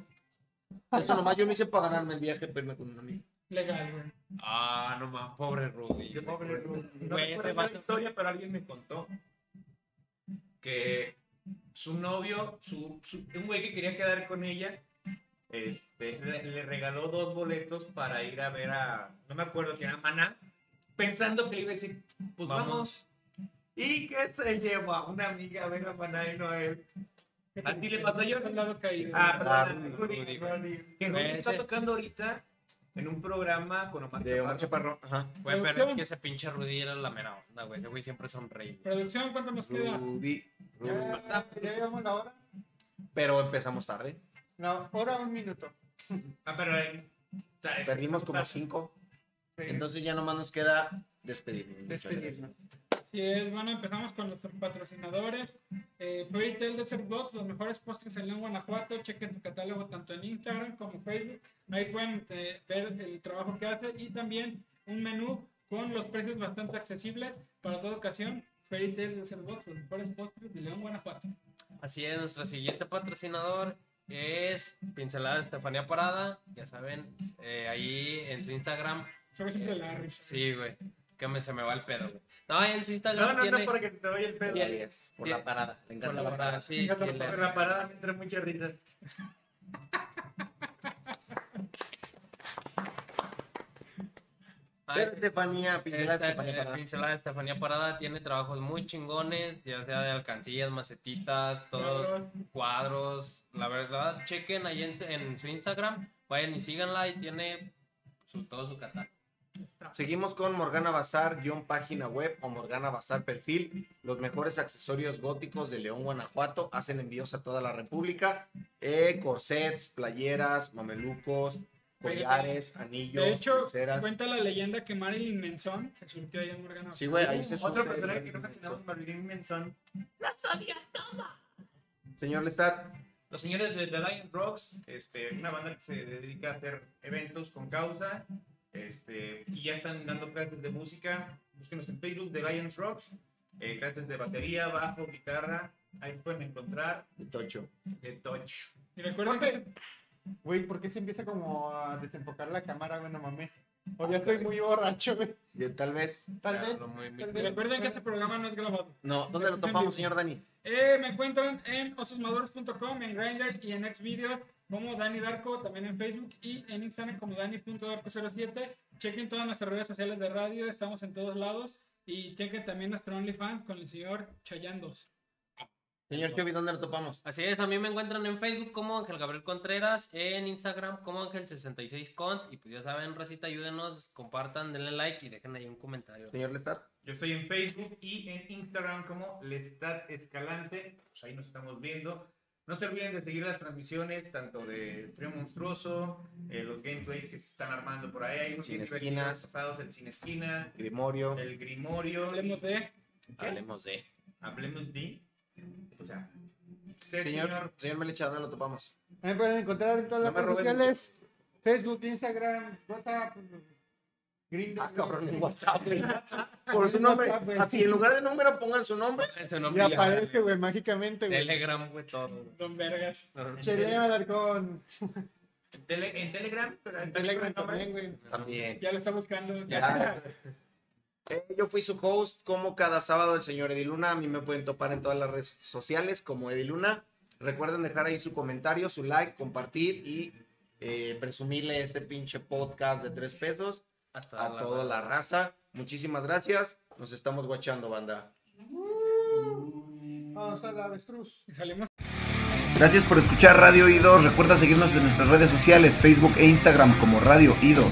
Eso nomás yo me hice para ganarme el viaje, pero irme con una amiga.
Legal, güey.
Ah, no mames, pobre Rudy.
Qué
güey.
pobre Rudy. No
Güey,
recuerdo
ese vato-
la historia, pero alguien me contó que su novio, su, su- un güey que quería quedar con ella, este, le, le regaló dos boletos para ir a ver a, no me acuerdo quién era, Maná, pensando que le iba a decir, pues vamos.
Vamos.
Y que se llevó a una amiga a ver a Maná y no a él. Así le pasó a
Yo al
Jordi.
lado caído.
Ah, perdón,
Ah,
a Rudy,
Rudy,
Rudy. Que Rudy
Ese-
está tocando ahorita en un programa con Omar
De Omar
Chaparro.
Chaparro, ajá.
Güey, pero es
Producción.
que ese pinche Rudy era la mera onda, güey. Ese güey siempre sonreí.
Producción, ¿cuánto nos queda?
Rudy, Rudy.
Ya, ya llevamos la hora.
Pero empezamos tarde.
La hora, un minuto.
Ah, pero eh, o sea, es-
Perdimos como cinco.
Sí,
Entonces ya nomás nos queda despedirnos. muchas
despedirnos.
Así es, bueno, empezamos con nuestros patrocinadores. Eh, Fairy Tail Desert Box, los mejores postres en León, Guanajuato. Chequen su catálogo tanto en Instagram como Facebook. Ahí pueden eh, ver el trabajo que hace y también un menú con los precios bastante accesibles para toda ocasión. Fairy Tail Desert Box, los mejores postres de León, Guanajuato.
Así es, nuestro siguiente patrocinador es Pincelada Estefanía Parada. Ya saben, eh, ahí en su Instagram.
Sobre siempre
eh,
la risa.
sí, güey. Que me, se me va el pedo, güey. No, en su Instagram.
No, no,
tiene,
no, para que te vaya el pedo.
tiene-
gracias. Por la parada. Le
por
encanta
la
la
parada,
parada.
sí,
Fíjate,
sí,
por
le-
la, parada me entra mucha risa.
Ay,
Pero Estefanía, pincelada
Esta-
Estefanía
eh,
Parada.
Pincelada Estefanía Parada tiene trabajos muy chingones, ya sea de alcancillas, macetitas, todo,
Cuadros.
cuadros. La verdad, chequen ahí en, su- en su Instagram, vayan y síganla y tiene su- todo su catálogo.
Seguimos con Morgana Bazar, guión página web o Morgana Bazar perfil. Los mejores accesorios góticos de León, Guanajuato. Hacen envíos a toda la República. eh, corsets, playeras, mamelucos, collares, anillos,
De hecho,
pulseras.
cuenta la leyenda que Marilyn Manson se surtió ahí en Morgana.
Sí, güey, ahí se
Otra
surte
persona que
Marilyn
no mencionamos, Marilyn Manson.
Señor Lestat,
Los señores de The Lion Rocks, este, una banda que se dedica a hacer eventos con causa, este, y ya están dando clases de música. Búsquenos en Facebook The Lion Rocks, eh, clases de batería, bajo, guitarra. Ahí pueden encontrar
de Tocho.
de Touch.
Y recuerden
Ok. Güey, ¿por qué se empieza como a desenfocar la cámara, güey? No mames. O ya estoy muy borracho, güey.
Y tal vez.
Tal
Ya,
vez.
lo muy- muy-
tal
que,
vez-
recuerden que este programa no es grabado.
No, ¿dónde lo
Está en
topamos,
vivo.
señor Dani?
Eh, me encuentran en ososmaduros.com, en Grindr y en Xvideos como Dani Darko, también en Facebook y en Instagram como Dani.darko07. Chequen todas nuestras redes sociales de radio, estamos en todos lados. Y chequen también nuestro OnlyFans con el señor Chayandos.
Señor Chovy, ¿dónde lo topamos?
Así es, a mí me encuentran en Facebook como Ángel Gabriel Contreras, en Instagram como Ángel66cont. Y pues ya saben, Racita, ayúdenos, compartan, denle like y dejen ahí un comentario.
Señor Lestat.
Yo estoy en Facebook y en Instagram como Lestat Escalante. Pues ahí nos estamos viendo. No se olviden de seguir las transmisiones, tanto de Trio Monstruoso, eh, los gameplays que se están armando por ahí. Hay unos
Sin
gameplays
esquinas.
pasados, el Sin Esquinas,
Grimorio.
el Grimorio.
Hablemos de...
¿Qué?
Hablemos de.
Hablemos de. O sea, usted,
Señor, señor Melecha, ¿dónde lo topamos?
Ahí Me pueden encontrar en todas
No
las
me
redes
roben.
sociales. Facebook, Instagram, WhatsApp, Grindr.
Ah, cabrón, en WhatsApp, güey. Por
En
su nombre.
WhatsApp, güey.
Así, en lugar de número, pongan su nombre.
En su
Y
nombre ya,
aparece, güey, mágicamente, güey.
Telegram, güey, todo. güey.
Don Vergas.
Chelea Alarcón.
En, tele- en Telegram. pero
En Telegram también, güey.
También.
Ya lo está buscando.
Ya. Eh, yo fui su host, como cada sábado, el señor Ediluna. A mí me pueden topar en todas las redes sociales como Ediluna. Recuerden dejar ahí su comentario, su like, compartir y eh, presumirle este pinche podcast de tres pesos
A toda
a toda la raza. Muchísimas gracias. Nos estamos guachando, banda.
Vamos a la avestruz.
Y salimos
Gracias por escuchar Radio Ido. Recuerda seguirnos en nuestras redes sociales, Facebook e Instagram como Radio Ido.